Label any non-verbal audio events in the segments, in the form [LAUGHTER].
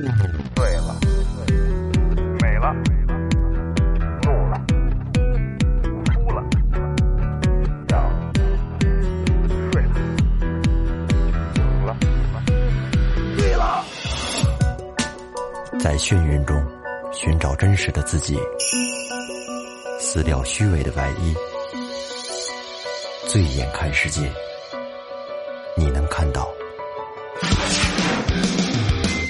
了，美了，怒了，哭了，笑了，睡了，醒了，醉了。在眩晕中寻找真实的自己，撕掉虚伪的外衣，醉眼看世界，你能看到。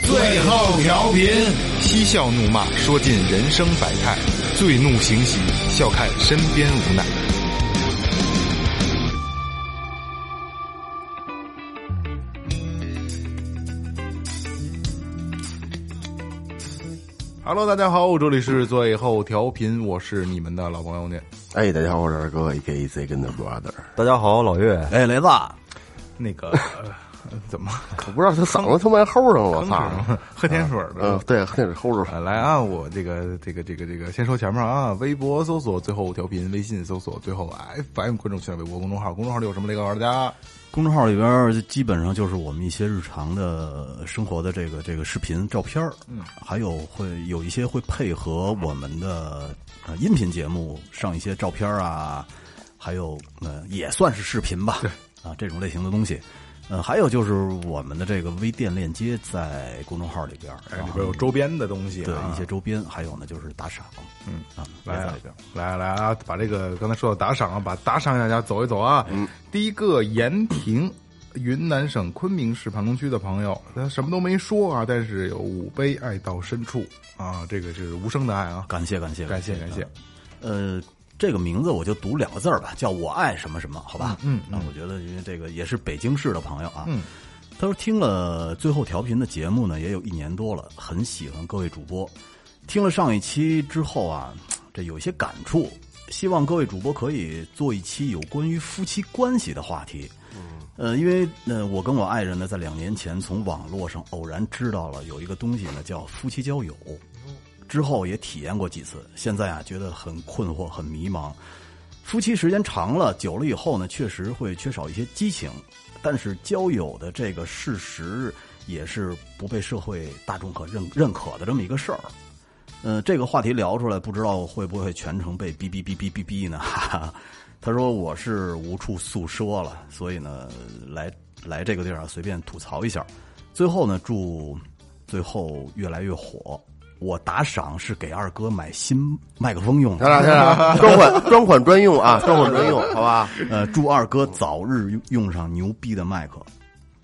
最后调频，嬉笑怒骂，说尽人生百态；醉怒行喜，笑看身边无奈。Hello，大家好，这里是最后调频，我是你们的老朋友念。哎，大家好，我是二哥，A K A Z 跟的 brother。大家好，老岳，哎，雷子，那个呃怎么我不知道他嗓子他妈还齁上 [LAUGHS] 了，我操！吭哧喝甜水儿的？嗯，对，那是齁着。呃，来啊！我这个这个这个这个，先说前面啊，微博搜索最后调频，微信搜索最后 FM 关注新浪微博公众号，公众号里有什么雷告诉大家。公众号里边儿就基本上就是我们一些日常的生活的这个这个视频、照片儿，嗯，还有会有一些会配合我们的呃音频节目上一些照片儿啊，还有呃也算是视频吧，对啊这种类型的东西。呃，还有就是我们的这个微店链接在公众号里边儿，哎，然里后边有周边的东西、对啊，一些周边，还有呢就是打赏，嗯啊也来在啊里边儿。来啊来啊！把这个刚才说到打赏啊，把打赏大家走一走啊。嗯第一个延平，云南省昆明市盘龙区的朋友，他什么都没说啊，但是有五杯爱到深处啊，这个是无声的爱啊，感谢感谢感谢感谢。呃，这个名字我就读两个字儿吧，叫我爱什么什么，好吧？嗯，那、我觉得因为这个也是北京市的朋友啊，嗯，他说听了最后调频的节目呢，也有一年多了，很喜欢各位主播。听了上一期之后啊，这有一些感触，希望各位主播可以做一期有关于夫妻关系的话题。呃，因为呃，我跟我爱人呢，在两年前从网络上偶然知道了有一个东西呢，叫夫妻交友，之后也体验过几次，现在啊觉得很困惑、很迷茫。夫妻时间长了、久了以后呢，确实会缺少一些激情，但是交友的这个事实也是不被社会大众可认认可的这么一个事儿。呃，这个话题聊出来，不知道会不会全程被哔哔哔哔哔哔呢？哈哈。他说我是无处诉说了，所以呢，来来这个地儿啊，随便吐槽一下。最后呢，祝最后越来越火。我打赏是给二哥买新麦克风用咱的，俩，咱 [LAUGHS] 俩专款专款专用啊，专款专用，好吧？呃，祝二哥早日用上牛逼的麦克，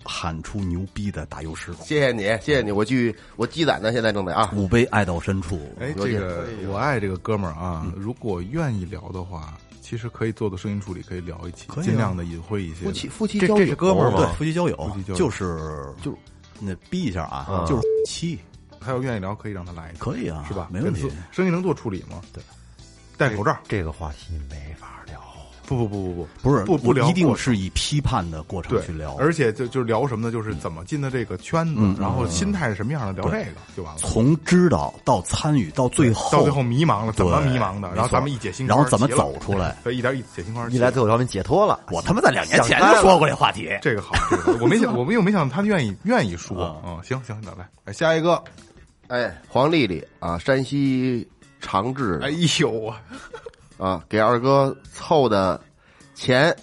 喊出牛逼的打油诗。谢谢你，谢谢你，我去，我积攒呢，现在正在啊。五杯爱到深处，哎，有这点个可以我爱这个哥们儿啊，嗯如果愿意聊的话，其实可以做做声音处理，可以聊一起，可以啊尽量的隐晦一些。夫妻夫妻这交这友是哥们儿吗对，夫妻交友夫妻交友嗯就是就那逼一下啊，就是七，他要愿意聊，可以让他来一次，可以啊是吧？没问题这次声音能做处理吗？对，戴口罩。这个话题没法聊。不不不不不，不是不不聊一定过是以批判的过程对去聊，嗯而且就就是聊什么呢？就是怎么进的这个圈子，然后心态是什么样的，聊这个就完了。从知道到参与到最后，到最后迷茫了，怎么对迷茫的？没然后错咱们一解心然宽后儿，怎么齐了走出来？所以一点一解心宽儿齐一了，来最后调频解脱了，我他妈在两年前想开就了说过这话题，这个好，这个好我没想，我们又没想到他愿意愿意说啊、嗯行行，那来来下一个，哎，黄丽丽啊，山西长治哎呦啊，啊，给二哥凑的钱，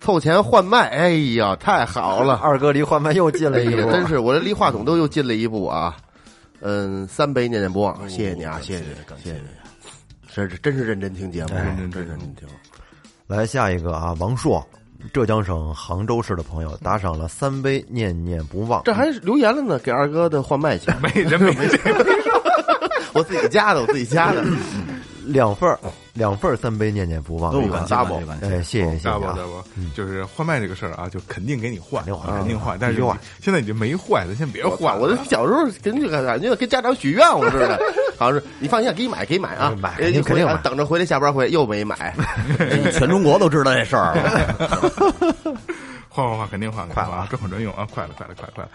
凑钱换麦，哎呀，太好了。二哥离换麦又近哎了一呀，步， [LAUGHS] 真是我这离话筒都又近了一步啊！嗯，三杯念念不忘，谢谢你啊，谢谢你，谢谢你，这是真是认真听节目，啊哎真是认真听。来下一个啊，王硕，浙江省杭州市的朋友打赏了三杯，念念不忘。这还是留言了呢，给二哥的换麦去，没人哎没没我自己加的，我自己加的。哎两份儿，两份儿三杯，念念不忘。都这有个感感谢谢感谢感哎，谢谢谢谢大不大啊！不，就是换麦这个事儿啊，就肯定给你换，肯定换换，但是必须换你现在你就没换，咱先别我换操！我了这小时候跟这个感觉跟家长许愿我似的，好像是你放心，给你买，给你买啊，买哎肯定肯定买等着回来下班回来又没买，全中国都知道这 [LAUGHS] 事儿了。换换换，肯定换，快了啊，专款专用啊，快了快了快了快了。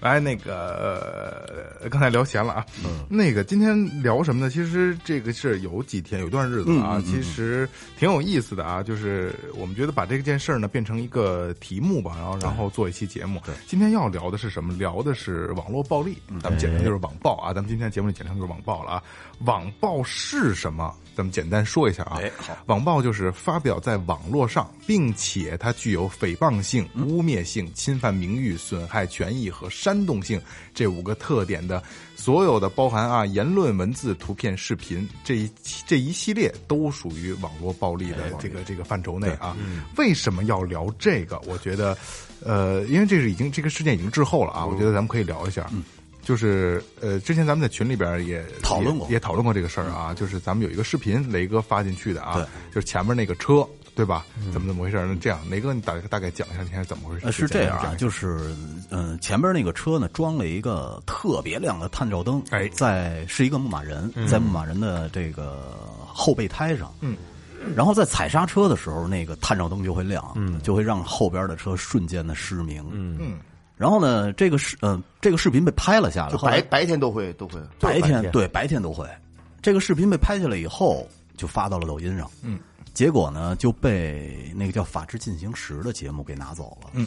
来，那个、呃、刚才聊闲了啊，那个今天聊什么呢？其实这个是有几天，有一段日子啊，其实挺有意思的啊。就是我们觉得把这件事儿呢变成一个题目吧，然后然后做一期节目。今天要聊的是什么？聊的是网络暴力，咱们简称就是网暴啊。咱们今天节目里简称就是网暴了啊。网暴是什么？咱们简单说一下啊。哎好网暴就是发表在网络上，并且它具有诽谤性、污蔑性、侵犯名誉、损害权益和煽动性这五个特点的所有的包含啊，言论、文字、图片、视频这一这一系列都属于网络暴力的哎这个这个范畴内啊。为什么要聊这个？我觉得，呃，因为这是已经这个事件已经滞后了啊，我觉得咱们可以聊一下。就是呃，之前咱们在群里边也讨论过也也嗯讨论过这个事儿嗯啊，就是咱们有一个视频，雷哥发进去的啊，就是前面那个车，对吧？怎么怎么回事儿？那这样，雷哥，你大大概讲一下，你看怎么回事？嗯呃，是这样讲啊，一下就是嗯、呃前边那个车呢装了一个特别亮的探照灯，哎在是一个牧马人，在牧马人的这个后备胎上，嗯，然后在踩刹车的时候，那个探照灯就会亮，嗯，就会让后边的车瞬间的失明，嗯。嗯，然后呢，这个视嗯、这个视频被拍了下来，就后来白白天都会都会，白白天天对白天都会。这个视频被拍下来以后，就发到了抖音上。嗯，结果呢就被那个叫《法制进行时》的节目给拿走了。嗯，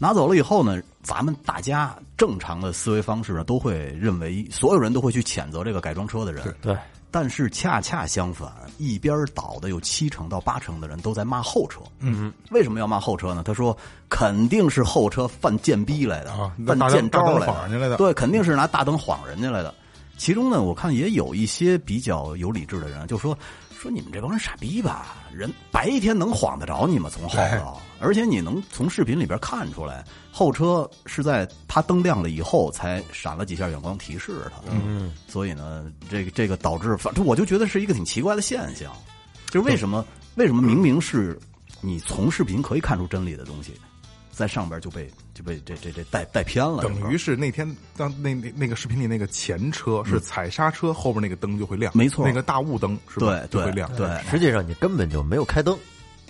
拿走了以后呢，咱们大家正常的思维方式呢，都会认为所有人都会去谴责这个改装车的人。对，但是恰恰相反，一边倒的有七成到八成的人都在骂后车。嗯，为什么要骂后车呢？他说肯定是后车犯贱逼来的，啊犯贱招大灯晃来人家来的对，肯定是拿大灯晃人家来的。其中呢，我看也有一些比较有理智的人，就说说你们这帮人傻逼吧，人白天能晃得着你吗？从后头，而且你能从视频里边看出来，后车是在它灯亮了以后才闪了几下远光提示它。嗯，所以呢，这个这个导致，反正我就觉得是一个挺奇怪的现象，就是为什么为什么明明是你从视频可以看出真理的东西，在上边就被就被这这这带带偏了，等于是那天当那那那个视频里那个前车是踩刹车，后边那个灯就会亮，嗯没错那个大雾灯是吧？对就会对亮，对，实际上你根本就没有开灯，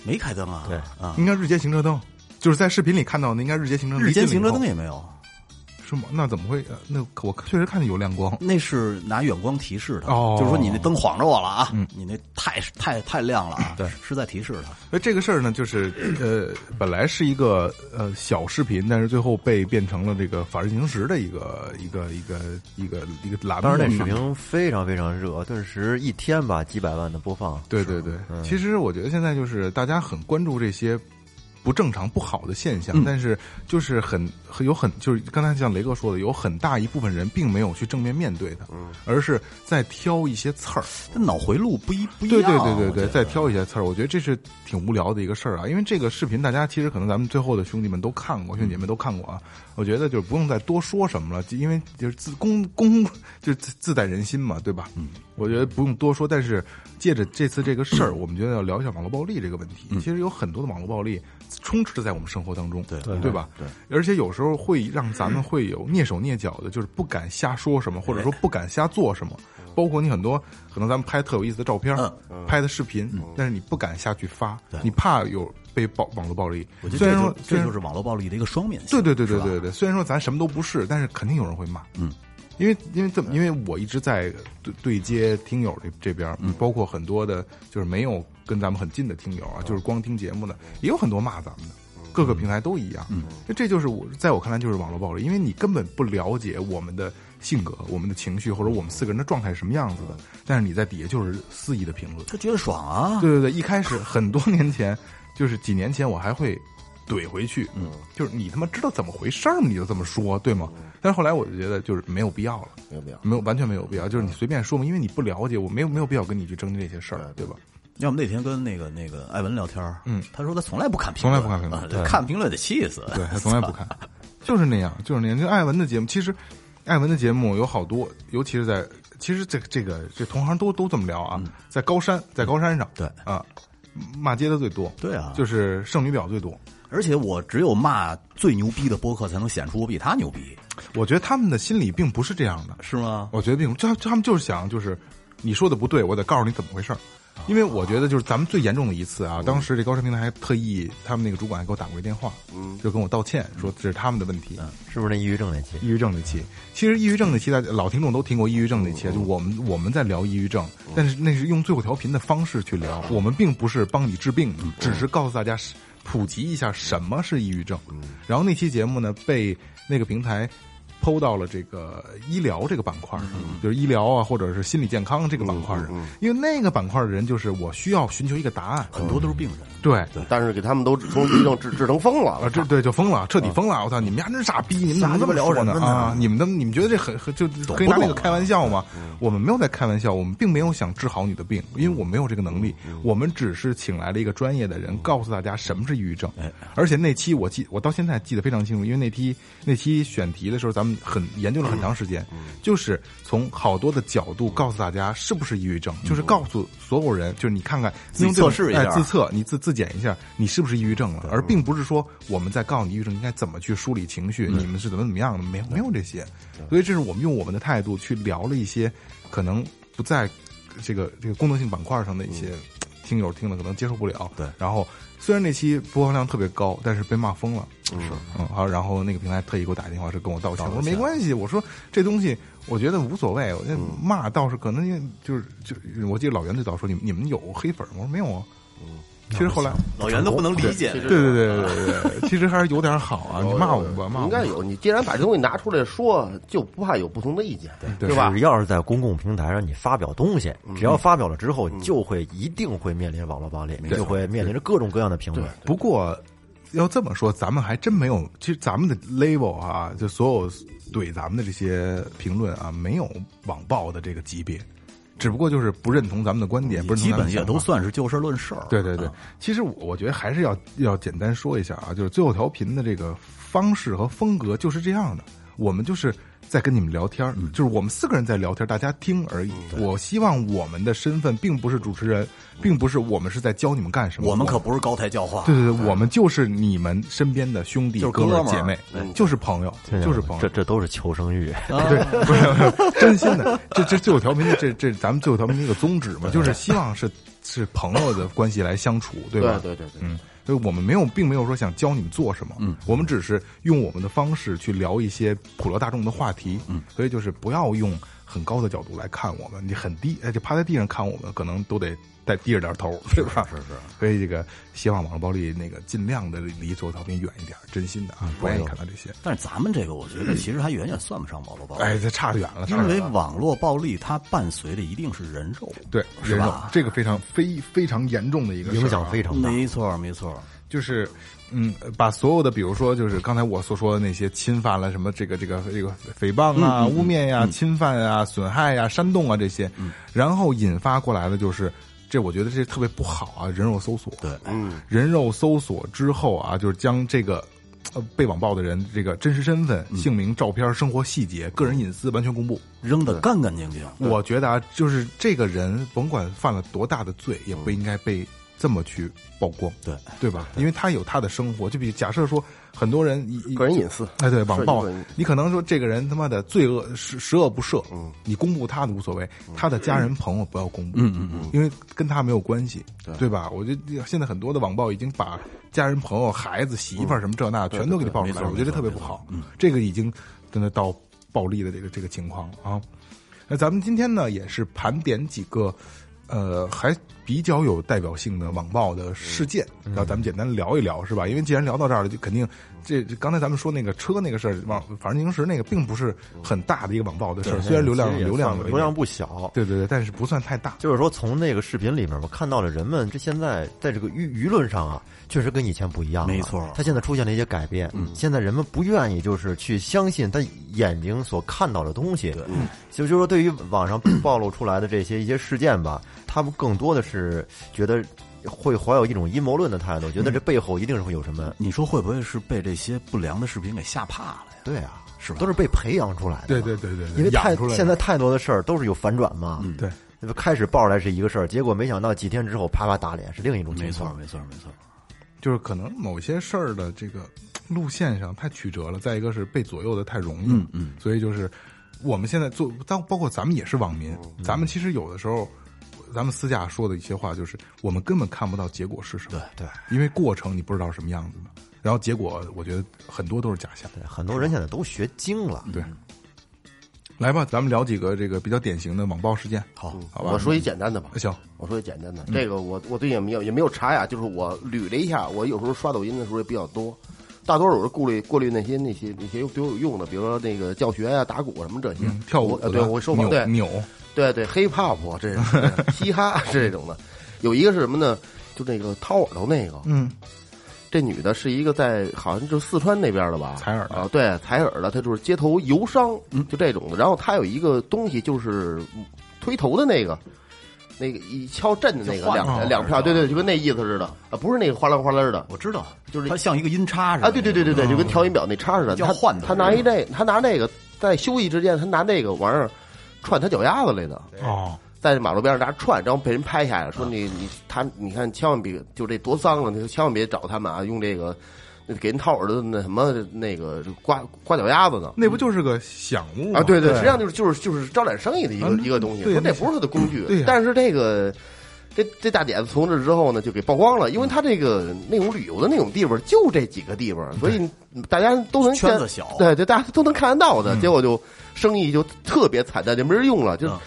没开灯啊，对啊，应该日间行车灯，就是在视频里看到的，应该日间行车灯，日间一进行了车以后灯也没有，是吗？那怎么会？呃那我确实看见有亮光，那是拿远光提示他，哦嗯就是说你那灯晃着我了啊，你那太太太亮 [LAUGHS] 了啊，对，是在提示他。那这个事儿呢，就是呃，本来是一个呃小视频，但是最后被变成了这个法制进行时的一个一个一个一个一个栏目。当时那视频非常非常热，顿时一天吧几百万的播放，对对对，嗯其实我觉得现在就是大家很关注这些不正常、不好的现嗯象，但是就是很很有很就是刚才像雷哥说的，有很大一部分人并没有去正面面对它，嗯而是在挑一些刺儿。他脑回路不一不一对样对啊，对对对，我觉得再挑一些刺儿，我觉得这是挺无聊的一个事儿啊。因为这个视频，大家其实可能咱们最后的兄弟们都看过，兄弟姐妹都看过啊。我觉得就是不用再多说什么了，因为就是自公公就是自自在人心嘛，对吧？嗯，我觉得不用多说。但是借着这次这个事儿，我们觉得要聊一下网络暴力这个问题。其实有很多的网络暴力充斥着在我们生活当中，嗯对对吧？对，而且有时候会让咱们会有蹑手蹑脚的，就是不敢瞎说什么，或者说不敢瞎做什么。包括你很多可能咱们拍特有意思的照片，嗯拍的视频，但是你不敢下去发，你怕有被暴网络暴力。我觉虽得然这说就，虽这然就是网络暴力的一个双面性，对对对对是吧对对，虽然说咱什么都不是，但是肯定有人会骂。嗯，因为因为这么，因为我一直在对对接听友这这边儿，嗯包括很多的，就是没有跟咱们很近的听友嗯啊，就是光听节目的，也有很多骂咱们的。各个平台都一样，嗯那这就是我在我看来就是网络暴力，因为你根本不了解我们的性格、我们的情绪或者我们四个人的状态是什么样子的，但是你在底下就是肆意的评论，他觉得爽啊， [LAUGHS] 对对对，一开始很多年前，就是几年前，我还会怼回去，嗯，就是你他妈知道怎么回事儿吗？你就这么说，对吗？但是后来我就觉得就是没有必要了，没有没有，没有完全没有必要，就是你随便说嘛，因为你不了解，我没有没有必要跟你去争这些事儿，对吧？要不那天跟那个那个艾文聊天，嗯，他说他从来不看评从来论，不看评论啊对看评论得气死，对他从来不看， [LAUGHS] 就是那样，就是那样。就艾文的节目，其实艾文的节目有好多，尤其是在其实这个这个这同行都都这么聊啊，在高山在高山上，对啊，骂街的最多，对啊就是剩女婊最多。而且我只有骂最牛逼的播客才能显出我比他牛逼，我觉得他们的心理并不是这样的，是吗？我觉得并不，他他们就是想就是你说的不对，我得告诉你怎么回事儿。因为我觉得就是咱们最严重的一次啊，当时这高山平台还特意他们那个主管还给我打过一电话，嗯，就跟我道歉说这是他们的问题，是不是那抑郁症那期？抑郁症那期，其实抑郁症那期大家老听众都听过抑郁症那期，就我们我们在聊抑郁症，但是那是用最后调频的方式去聊，我们并不是帮你治病，只是告诉大家是普及一下什么是抑郁症。然后那期节目呢，被那个平台。抛到了这个医疗这个板块，就是医疗啊，或者是心理健康这个板块上，因为那个板块的人就是我需要寻求一个答案，很多都是病人。对，但是给他们都从抑郁症治治成疯了，啊，这对就疯了，彻底疯了！我操，你们家真傻嗯逼！你们怎么这么聊人呢？啊，你们的你们觉得这很很就可以拿这个开啊玩笑吗？嗯我们没有在开玩笑，我们并没有想治好你的病，因为我没有这个能力，嗯我们只是请来了一个专业的人，告诉大家什么是抑郁症。哎而且那期我记，我到现在记得非常清楚，因为那期那期选题的时候，咱们很研究了很长时嗯间，就是从好多的角度告诉大家是不是抑郁症，就是告诉所有人，就是你看看嗯自己测试一下哎自测，你自自检一下你是不是抑郁症了，而并不是说我们在告诉你抑郁症应该怎么去梳理情绪，你们是怎么怎么样的，没有没有这些，所以这是我们用我们的态度去聊了一些可能不在这个这个功能性板块上的一些听友听了可能接受不了，对然后虽然那期播放量特别高，但是被骂疯了，是，嗯，好，然后那个平台特意给我打电话是跟我道歉，嗯我说没关系，我说这东西。我觉得无所谓，我这骂倒是可能因为就是就我记得老袁最早说你们你们有黑粉吗？我说没有啊，其实后来老袁都不能理解，对对对对对对，其实还是有点好啊，你骂我们吧，骂我们应该有。你既然把这东西拿出来说，就不怕有不同的意见，对嗯对吧只？要是在公共平台上你发表东西，只要发表了之后，就会一定会面临网络暴力，就会面临着各种各样的评论。不过要这么说，咱们还真没有，其实咱们的 label 啊，就所有怼咱们的这些评论啊，没有网暴的这个级别，只不过就是不认同咱们的观点，不你认同咱们基本的也想都法算是就事论事儿。啊对对对，其实我我觉得还是要要简单说一下啊，就是最后调频的这个方式和风格就是这样的，我们就是在跟你们聊天儿，嗯就是我们四个人在聊天儿，大家听而已。我希望我们的身份并不是主持人，并不是我们是在教你们干什么，我们可不是高台教化。对对对，我们就是你们身边的兄弟、就是哥哥们儿啊姐妹，就是朋友，就是啊朋这友。这都是求生欲。啊对，不是不是真心的，这这最后调频的，这这咱们最后调频的一个宗旨嘛，就是希望是是朋友的关系来相处，对对吧？对对对，嗯，所以我们没有，并没有说想教你们做什么，嗯，我们只是用我们的方式去聊一些普罗大众的话题，嗯，所以就是不要用很高的角度来看我们，你很低，哎，就趴在地上看我们，可能都得再低着点头，是吧？是是，所以这个希望网络暴力那个尽量的离左草坪远一点，真心的啊，不愿意看到这些，但是咱们这个，我觉得其实还远远算不上网络暴力，哎，这差得远了，差因得远为了网络暴力它伴随的一定是人肉。对是人吧肉这个非常非非常严重的一个事儿啊影响非常大。没嗯错，没错，就是，嗯，把所有的，比如说，就是刚才我所说的那些侵犯了什么这个这个这个诽谤啊、污蔑呀、侵犯啊、损害呀、煽动啊这些，然后引发过来的就是，这我觉得这特别不好啊，人肉搜索。对，嗯，人肉搜索之后啊，就是将这个。呃，被网暴的人这个真实身份、姓名、照片、生活细节、个人隐私完全公布。扔的干干净净。我觉得啊，就是这个人甭管犯了多大的罪，也不应该被这么去曝光。对，对吧？因为他有他的生活，就比假设说，很多人一一个人隐私，哎，对，网暴涉及个人，你可能说这个人他妈的罪恶十十恶不赦，嗯，你公布他的无所谓，他的家人朋友不要公布，嗯嗯嗯，因为跟他没有关系，对吧？我觉得现在很多的网暴已经把家人、朋友、孩子、媳妇儿什么这那全都给你爆出来了，我觉得特别不好，嗯，这个已经真的到暴力的这个这个情况了啊。那咱们今天呢，也是盘点几个，呃，还比较有代表性的网暴的事件，嗯然后咱们简单聊一聊，是吧？因为既然聊到这儿了，就肯定这这刚才咱们说那个车那个事儿，网反正平时那个并不是很大的一个网暴的事儿，虽然流量其实也流量算有一流量点不小，对对对，但是不算太大。就是说，从那个视频里面，我看到了人们这现在在这个舆舆论上啊，确实跟以前不一样了。没错他现在出现了一些改变。现在人们不愿意就是去相信他眼睛所看到的东西。对，就就是说，对于网上暴露出来的这些一些事件吧，他们更多的是觉得会怀有一种阴谋论的态度，觉得这背后一定是会有什么。你说会不会是被这些不良的视频给吓怕了呀？对啊，是吧都是被培养出来的。对对。对对对，因为太养出来的嗯现在太多的事儿都是有反转嘛，对那不开始爆出来是一个事儿，结果没想到几天之后啪啪打脸是另一种情没错况，。没错，没错。就是可能某些事儿的这个路线上太曲折了，再一个是被左右的太容易，嗯嗯，所以就是我们现在做，包包括咱们也是网民，咱们其实有的时候。咱们私下说的一些话，就是我们根本看不到结果是什么，对，因为过程你不知道什么样子嘛。然后结果，我觉得很多都是假象。对很多人现在都学精了，对，来吧，咱们聊几个这个比较典型的网暴事件。好，好吧，嗯嗯我说一简单的吧，行，我说一简单的，这个我我最近也没有也没有查呀，就是我捋了一下，我有时候刷抖音的时候也比较多，大多数我是过滤过滤那些那些那些有对我有用的，比如说那个教学呀、打鼓什么这些嗯，跳舞我的呃对，我收扭放对扭，对对，hip hop 这种 [LAUGHS] 嘻哈这种的，有一个是什么呢？就那个掏耳朵那个，嗯，这女的是一个在好像就是四川那边的吧，采耳的啊，对，采耳的，她就是街头游商，就这种的。然后她有一个东西就是推头的那个，那个一敲震的那就个晃两耳两朵片儿，对对，就跟那意思似的啊，不是那个哗啦哗啦的我知道，就是它像一个音叉似的啊，对对对对对，就跟调音表那叉似的。叫她换头她拿一这，她拿那个在休息之间，她拿那个玩意儿串她脚丫子来的，哦，在马路边上大家串，然后被人拍下来，说啊你你他你看千万别就这多脏啊，你就千万别找他们啊，用这个给人掏耳朵的那什么那个刮刮脚丫子呢。那不就是个响物啊，吗对嗯对，实际上就是就是就是招揽生意的一个、啊那一个东西，对说这不是他的工具，对呀但是这个这这大姐子从这之后呢，就给曝光了，因为他这个那种旅游的那种地方就这几个地方，所以大家都能圈见子小对对，大家都能看得到的，结果就生意就特别惨淡，就没人用了，就。嗯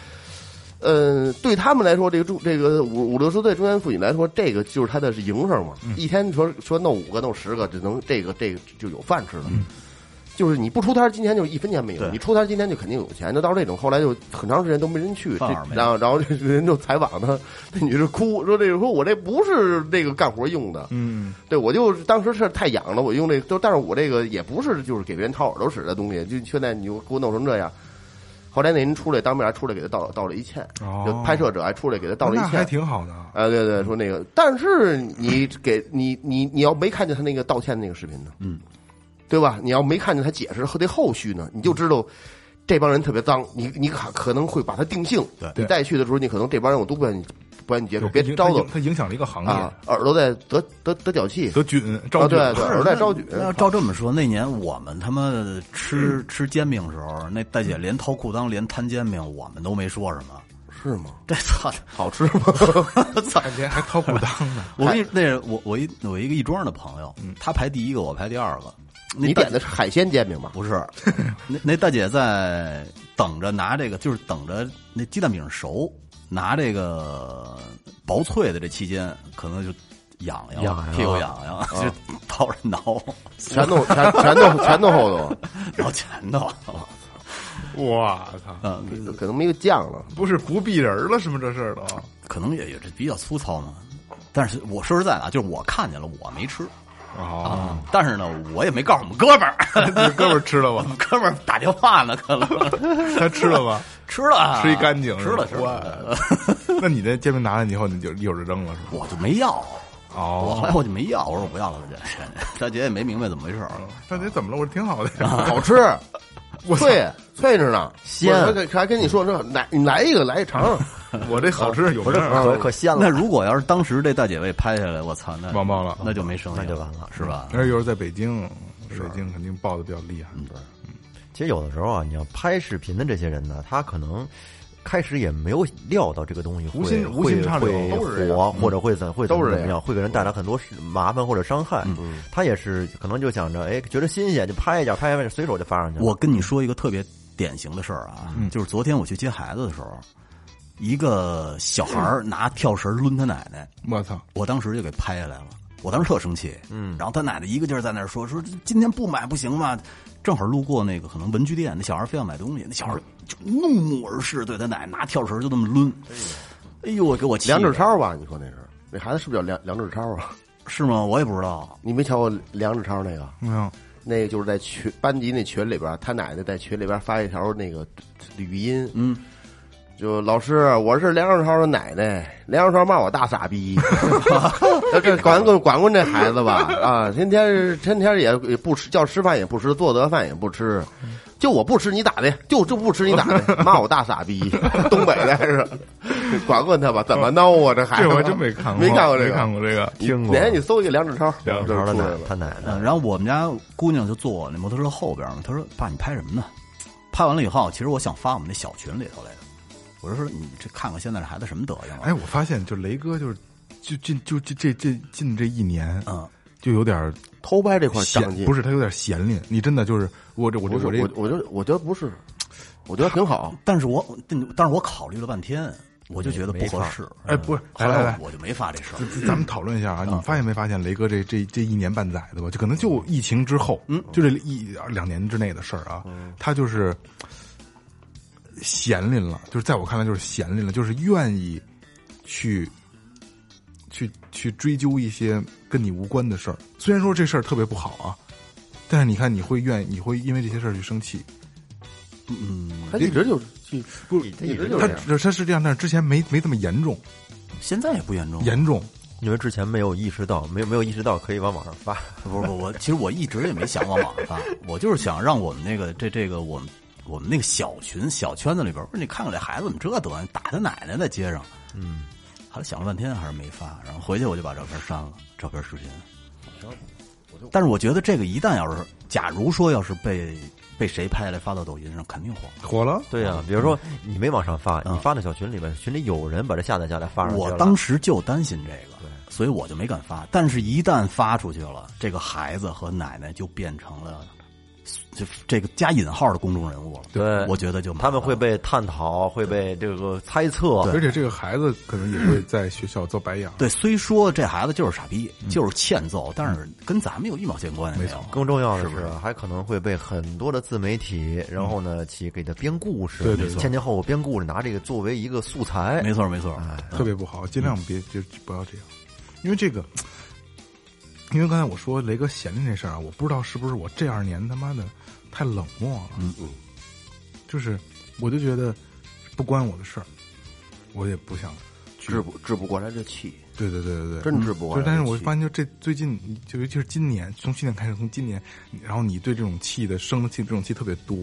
呃，对他们来说，这个中这个五五六十岁中年妇女来说，这个就是她的是营生嘛。嗯一天说说弄五个弄十个，只能这个这个就有饭吃了。就是你不出摊儿，今天就一分钱没有；嗯对你出摊儿，今天就肯定有钱。那到这种，后来就很长时间都没人去，饭碗这没了然后然后这人就采访他， [LAUGHS] 那女的哭说：“这个说我这不是那个干活用的，嗯，对我就是当时是太痒了，我用这都，但是我这个也不是就是给别人掏耳朵使的东西，就现在你就给我弄成这样。”后来那人出来，当面还出来给他道道了一歉，哦就拍摄者还出来给他道了那一还歉。挺好的。啊，对对，说那个，但是你给你你你要没看见他那个道歉那个视频呢，嗯，对吧？你要没看见他解释后的后续呢，你就知道这帮人特别脏，你你可可能会把他定性。对你再去的时候，你可能这帮人我都不愿意不愿意接触，别影招它走影它影响了一个行啊业，，耳朵在得得得脚气。得菌，招菌对对是耳朵在招举那要照这么说，那年我们他妈吃、嗯吃煎饼的时候，那大姐连掏裤裆连摊煎饼，我们都没说什么。是吗？这操！ [LAUGHS] 好吃吗？操！感觉还掏裤裆 [LAUGHS] 呢。我跟你那是我我一我一个亦庄的朋友，嗯他排第一个，我排第二个。那你大点的是海鲜煎饼吧？不是， [LAUGHS] 那那大姐在等着拿这个，就是等着那鸡蛋饼熟，拿这个薄脆的这期间，可能就痒痒了，痒啊痒了屁股痒痒，就掏着挠，全 [LAUGHS] 都全全都全都后头，挠前头。我操，嗯，可能没有酱了。不是不避人了是吗？这事儿都可能也也是比较粗糙嘛。但是我说实在的啊，就是我看见了，我没吃，啊，但是呢，我也没告诉我们哥们儿， [LAUGHS] 这哥们儿吃了我吧？们哥们儿打电话呢，可能他吃了吧？吃了啊，吃一干净吃了吃了，我那你那煎饼拿来以后，你就一会儿就扔了是吧？我就没要，我 [LAUGHS] 哦哎后来我就没要，我说我不要了，大姐， [LAUGHS] 大姐也没明白怎么回事儿，大姐怎么了？我说挺好的呀。好吃， [LAUGHS] 我操脆脆着呢，鲜我还还跟你说说，来你来一个， [LAUGHS] 来一尝。我这好吃有不名是儿可啊。可鲜 [LAUGHS] 那了，如果要是当时这大姐被拍下来，我操，那网暴了那就没生意，那就完了嗯是吧？而且又是在北京，北京肯定爆的比较厉害。嗯其实有的时候啊，你要拍视频的这些人呢，他可能开始也没有料到这个东西会无心无心插柳会都是会这样火，或者会怎会怎都么是这怎么样样，会给人带来很多麻烦或者伤害。他也是可能就想着，哎，觉得新鲜就拍一下，拍一下随手就发上去了。我跟你说一个特别典型的事儿啊，嗯就是昨天我去接孩子的时候，一个小 [LAUGHS] 孩儿拿跳绳抡他奶奶，我操，我当时就给拍下来了。我当时特生气，嗯，然后他奶奶一个劲儿在那儿说说今天不买不行吗？正好路过那个可能文具店，那小孩儿非要买东西，那小孩儿就怒目而视，对他奶奶拿跳绳就那么抡，哎呦，我给我气的梁志超吧，你说那是那孩子是不是叫梁梁志超啊？是吗？我也不知道，你没瞧过梁志超那个？没有，那个就是在群班级那群里边儿，他奶奶在群里边儿发一条那个语音，嗯，就老师，我是梁永超的奶奶，梁永超骂我大 [LAUGHS] 傻逼，这管管管管这孩子吧，啊，天天是天天也也不吃，叫吃饭也不吃，做得饭也不吃，就我不吃你打的，就就不吃你打的，骂我大傻逼，东北的是，管管他吧，怎么闹啊这孩子？这我还真没看过，没看过这没个，看过这个。听过哪天你搜一个梁志超，梁然后他就出来奶了。他奶奶嗯，然后我们家姑娘就坐我那摩托车后边嘛，她说：“爸，你拍什么呢？”拍完了以后，其实我想发我们那小群里头来着，我是说你这看看现在这孩子什么德行啊了？哎，我发现就雷哥就是就近就这这这近这一年，嗯，就有点啊偷拍这块闲长，进，不是他有点闲吝。你真的就是我这我这不是我这我我觉得我觉得不是，我觉得挺好。但是我但但是我考虑了半天，我就觉得不合适。嗯哎不是，后嗯来来来来，我就没发这事儿。咱咱们讨论一下啊，嗯你发现没发现雷哥这这这一年半载的吧，就可能就疫情之后，嗯，就这一两年之内的事儿啊，嗯他就是闲吝了，就是在我看来就是闲吝了，就是愿意去去去追究一些跟你无关的事儿。虽然说这事儿特别不好啊，但是你看你会愿意，你会因为这些事儿去生气。他一直就是去，不是，他一直就他这样。他是这样，但是之前没没这么严重，现在也不严重，严重因为之前没有意识到，没有没有意识到可以往网上发，不是不，我其实我一直也没想往网 [LAUGHS] 上发，我就是想让我们那个这这个我们我们那个小群小圈子里边儿，不是你看看这孩子怎么这德行，打他奶奶在街上。嗯，后来想了半天还是没发，然后回去我就把照片删了，照片视频。但是我觉得这个一旦要是，假如说要是被被谁拍下来发到抖音上，肯定火。火了。对呀、比如说你没往上发，你发到小群里边，群里有人把这下载下来发上去我了当时就担心这个，所以我就没敢发。但是，一旦发出去了，这个孩子和奶奶就变成了这这个加引号的公众人物了。对我觉得就麻他烦了们会被探讨，会被这个猜测，而且这个孩子可能也会在学校遭白眼儿。对，虽说这孩子就是傻逼，就是欠揍，但是跟咱们有一毛钱关系啊没有。更重要的是，还可能会被很多的自媒体，然后呢，去给他编故事，对对对前前后后编故事，拿这个作为一个素材。哎没错，没错。特别不好，尽量别就就不要这样，因为这个，因为刚才我说雷哥闲着这事儿啊，我不知道是不是我这二年他妈的太冷漠了，嗯嗯，就是我就觉得不关我的事儿，我也不想去治不治不过来这气，对对对对对，真治不过嗯就来这气。但是我发现，就这最近，就尤其是今年，从去年开始，从今年，然后你对这种气的生的气，这种气特别多，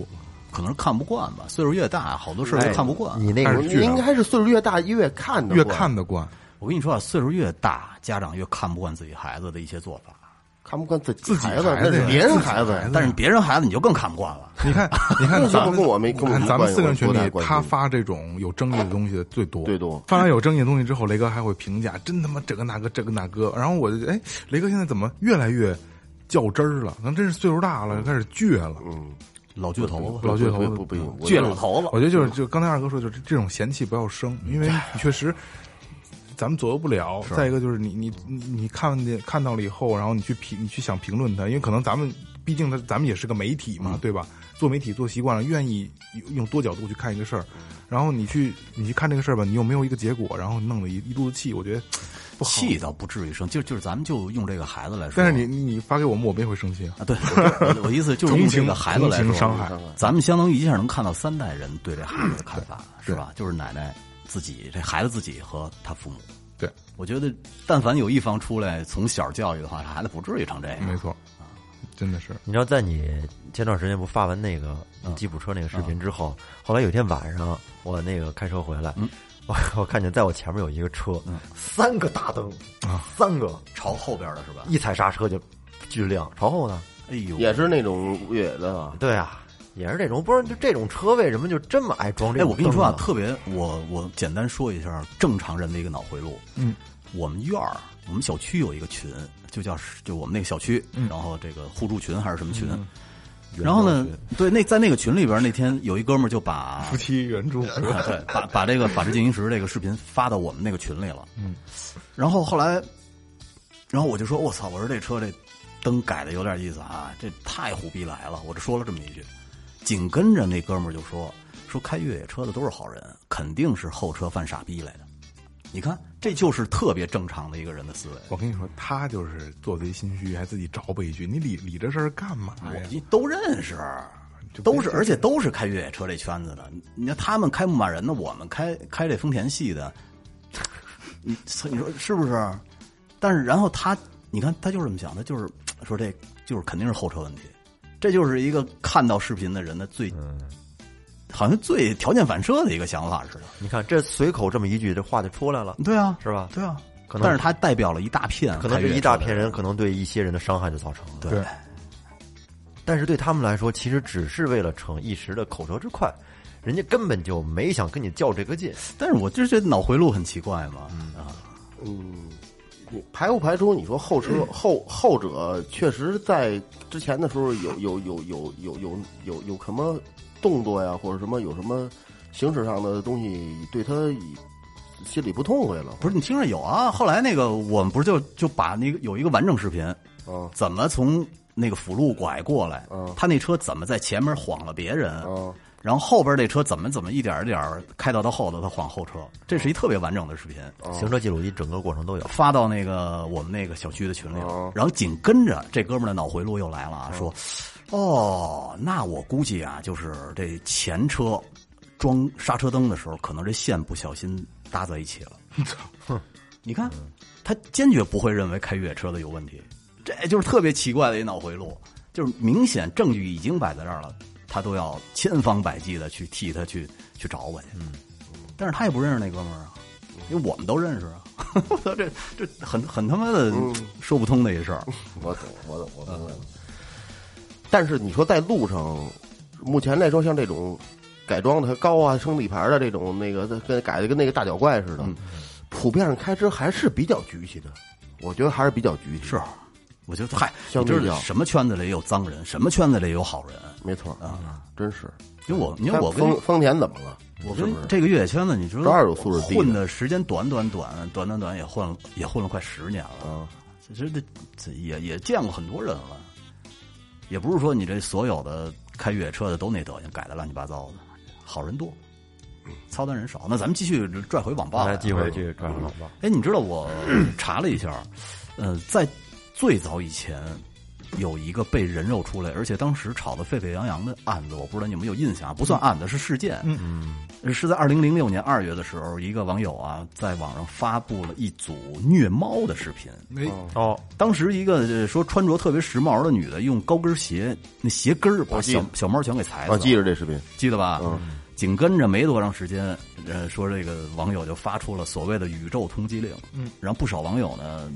可能是看不惯吧，岁数越大，好多事儿哎就看不惯。你那但个是你剧啊应该是岁数越大越看的越看得惯，我跟你说啊，岁数越大，家长越看不惯自己孩子的一些做法。看不惯自己自己孩子，孩那子是呀别自人己孩子呀孩子但是别人孩子你就更看不惯了。 [LAUGHS] 你 [LAUGHS] 看，你看咱们跟我没跟我没看咱关们系四个人我群不太里，关他心发这种有争议的东西的最多，最多发完有争议的东西之后，雷哥还会评价，真他妈这个那个这个那个。然后我就觉得哎，雷哥现在怎么越来越较真儿了？可能真是岁数大了，开始倔了，老倔头子，老倔头嗯子，不不不不不，倔老头子。我觉得哦就是就刚才二哥说，就是这种嫌弃不要生，因为你确实咱们左右不了。再一个就是你你你你看见看到了以后，然后你去评你去想评论他，因为可能咱们毕竟他咱们也是个媒体嘛，对吧？做媒体做习惯了，愿意用用多角度去看一个事儿，然后你去你去看这个事儿吧，你有没有一个结果？然后弄得一一肚子气，我觉得不好。气倒不至于生，就就是咱们就用这个孩子来说。但是你你你发给我们，我们也会生气啊。啊，对，我我我意思就是用同这情个孩子来同 [LAUGHS] 说，情伤害，咱们相当于一下能看到三代人对这孩子的看法，是吧？就是奶奶自己，这孩子自己和他父母。对，我觉得，但凡有一方出来从小教育的话，孩子不至于成这没样。错，真的是。你知道，在你前段时间不发完那个你吉普车那个视频之后，后来有一天晚上，我那个开车回来，我 [LAUGHS] 我看见在我前面有一个车，三个大灯，三个朝后边的是吧？一踩刹车就巨亮，朝后呢？哎呦，也是那种越野的啊，对啊，也是这种，不是就这种车为什么就这么爱装这哎，种我跟你说啊，灯呢特别，我我简单说一下正常人的一个脑回路。嗯，我们院儿，我们小区有一个群，就叫就我们那个小区，然后这个互助群还是什么群？嗯然后呢，对，那在那个群里边，那天有一哥们儿就把夫妻原 [LAUGHS] 著，对，把把这个《法制进行时》这个视频发到我们那个群里了。嗯，然后后来，然后我就说：“我操！我说这车这灯改的有点意思啊，这太虎逼来了。”我就说了这么一句。紧跟着那哥们儿就说：“说开越野车的都是好人，肯定是后车犯傻逼来的。你看，这就是特别正常的一个人的思维。我跟你说，他就是做贼心虚，还自己找补一句：“你理理这事儿干嘛哎呀？”我都认识。”就都是，别而且都是开越野车这圈子的。你你看他们开牧马人的，我们开开这丰田系的， [LAUGHS] 你所以你说是不是？但是然后他，你看他就是这么想，他就是说这就是肯定是后车问题，这就是一个看到视频的人的最，嗯好像最条件反射的一个想法似的。你看这随口这么一句，这话就出来了，对啊，是吧？对啊，可能但是他代表了一大片，可能这一大片人，可能对一些人的伤害就造成了。对对但是对他们来说，其实只是为了逞一时的口舌之快，人家根本就没想跟你较这个劲。但是我就是觉得脑回路很奇怪嘛，啊，嗯，你排不排除你说后者后后者确实在之前的时候有有有有有有有有什么动作呀，或者什么有什么形式上的东西对他心里不痛快了不是你听着有啊。后来那个我们不是就就把那个有一个完整视频，啊？怎么从那个辅路拐过来嗯，他那车怎么在前面晃了别人，啊，然后后边那车怎么怎么一点儿一点儿开到他后头，他晃后车，这是一特别完整的视频，行车记录仪整个过程都有。发到那个我们那个小区的群里哦了。然后紧跟着这哥们儿的脑回路又来了啊，说：“哦，那我估计啊，就是这前车装刹车灯的时候，可能这线不小心搭在一起了。” [LAUGHS] 你看，他坚决不会认为开越野车的有问题，这就是特别奇怪的一脑回路，就是明显证据已经摆在这儿了，他都要千方百计的去替他去去找我去。嗯，但是他也不认识那哥们儿啊，因为我们都认识啊。 [LAUGHS] 这这很很他妈的嗯说不通的一事儿。我懂，我懂，我明白了。但是你说在路上，目前来说，像这种改装的高啊、升底盘的这种，那个跟改的跟那个大脚怪似的，普遍上开车还是比较局气的。我觉得还是比较局气，是，我觉得嗨，相你对知较道什么圈子里有脏人，什么圈子里有好人。没错啊，真是。因为我，因为我跟丰丰田怎么了？我嗯是跟不是这个越野圈子，你知道，这儿有素质低的混的时间短短短短短短，也混了也混了快十年嗯了。其实这这也也见过很多人了，也不是说你这所有的开越野车的都那德行，改的乱七八糟的，好人多，嗯操蛋人少。那咱们继续拽回网啊吧来，来，机会去转网吧。哎，你知道我查了一下，呃，在最早以前有一个被人肉出来，而且当时炒得沸沸扬扬的案子，我不知道你们有印象啊，不算案子是事件，嗯，是在二零零六年二月的时候，一个网友啊在网上发布了一组虐猫的视频。哎，嗯哦，当时一个呃说穿着特别时髦的女的，用高跟鞋那鞋跟儿把我记得小小猫全给踩死我了。啊记着这视频，记得吧？嗯紧跟着没多长时间，呃，说这个网友就发出了所谓的宇宙通缉令，嗯，然后不少网友呢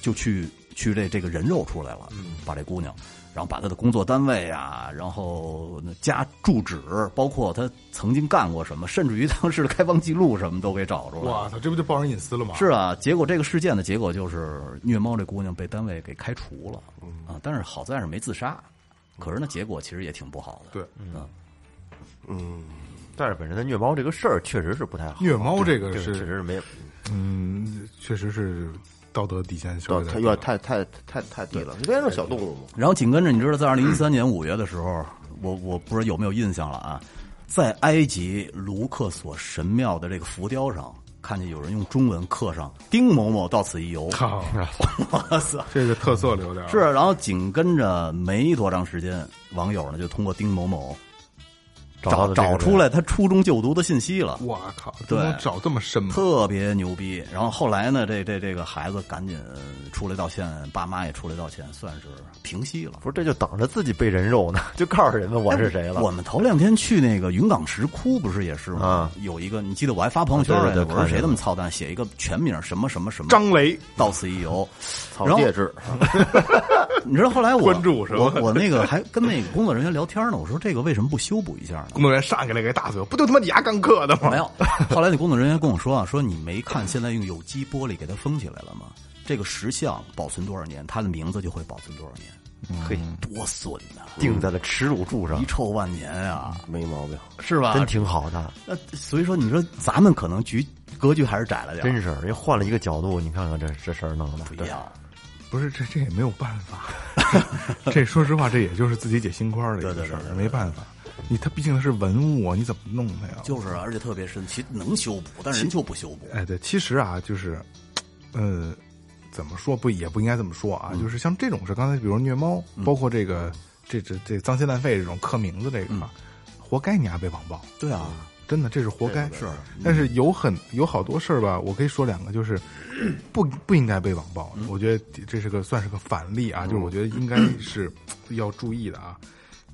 就去去这这个人肉出来了，嗯，把这姑娘，然后把她的工作单位啊，然后那家住址，包括她曾经干过什么，甚至于当时的开房记录什么都给找出来我了。操，这不就暴人隐私了吗？是啊，结果这个事件的结果就是虐猫这姑娘被单位给开除了啊，但是好在是没自杀，可是那结果其实也挺不好的。对，嗯，但是本身的虐猫这个事儿确实是不太好。虐猫这个这个确实是，是没有，嗯，确实是道德底线稍到微低太哦有点太太太太低了，别让小动物嘛。然后紧跟着，你知道，在二零一三年五月的时候，我我不知道有没有印象了啊，在埃及卢克索神庙的这个浮雕上，看见有人用中文刻上“丁某某到此一游靠，”，啊哇塞！这个特色留点儿是，啊然后紧跟着没多长时间，网友呢就通过丁某某到找的这个找人出来他初中就读的信息了，我靠，对能找这么深吗？特别牛逼。然后后来呢，这这这个孩子赶紧出来道歉，爸妈也出来道歉，算是平息了。不是这就等着自己被人肉呢，就告诉人们哎我是谁了。哎我们头两天去那个云冈石窟，不是也是吗？啊有一个，你记得我还发朋友圈啊来对对着，对我说看见谁了那么操蛋，写一个全名什么什么什么，张雷，到此一游。草然后嗯戒指，你知道后来 [LAUGHS] 我关注是吧我我那个还跟那个工作人员聊天呢，我说这个为什么不修补一下呢？工作人员上给了个大嘴巴，不就他妈你牙刚刻的吗？没有，后来那工作人员跟我说啊，说你没看现在用有机玻璃给它封起来了吗？这个石像保存多少年，它的名字就会保存多少年，嘿，多损呐、钉在了耻辱柱上遗，臭万年啊，没毛病。是吧？真挺好的，那所以说，你说咱们可能局格局还是窄了点儿，真是。人换了一个角度，你看看这这事儿弄的，不一样。不是，这这也没有办 [LAUGHS] 法。这说实话，这也就是自己解心宽儿的一个事儿，没办法。你它毕竟是文物啊，你怎么弄它呀？就是，而且特别深，其实能修补，但是人就不修补。哎，对，其实啊，就是，呃，怎么说不也不应该这么说啊，就是像这种事，刚才比如虐猫，包括这个这这这脏心烂肺这种刻名字这个嘛，活该你丫被网暴，对啊，真的这是活该。是，嗯但是有很有好多事儿吧，我可以说两个，就是不不应该被网暴，嗯我觉得这是个算是个反例啊，就是我觉得应该是 [CLEARS THROAT] 要注意的啊。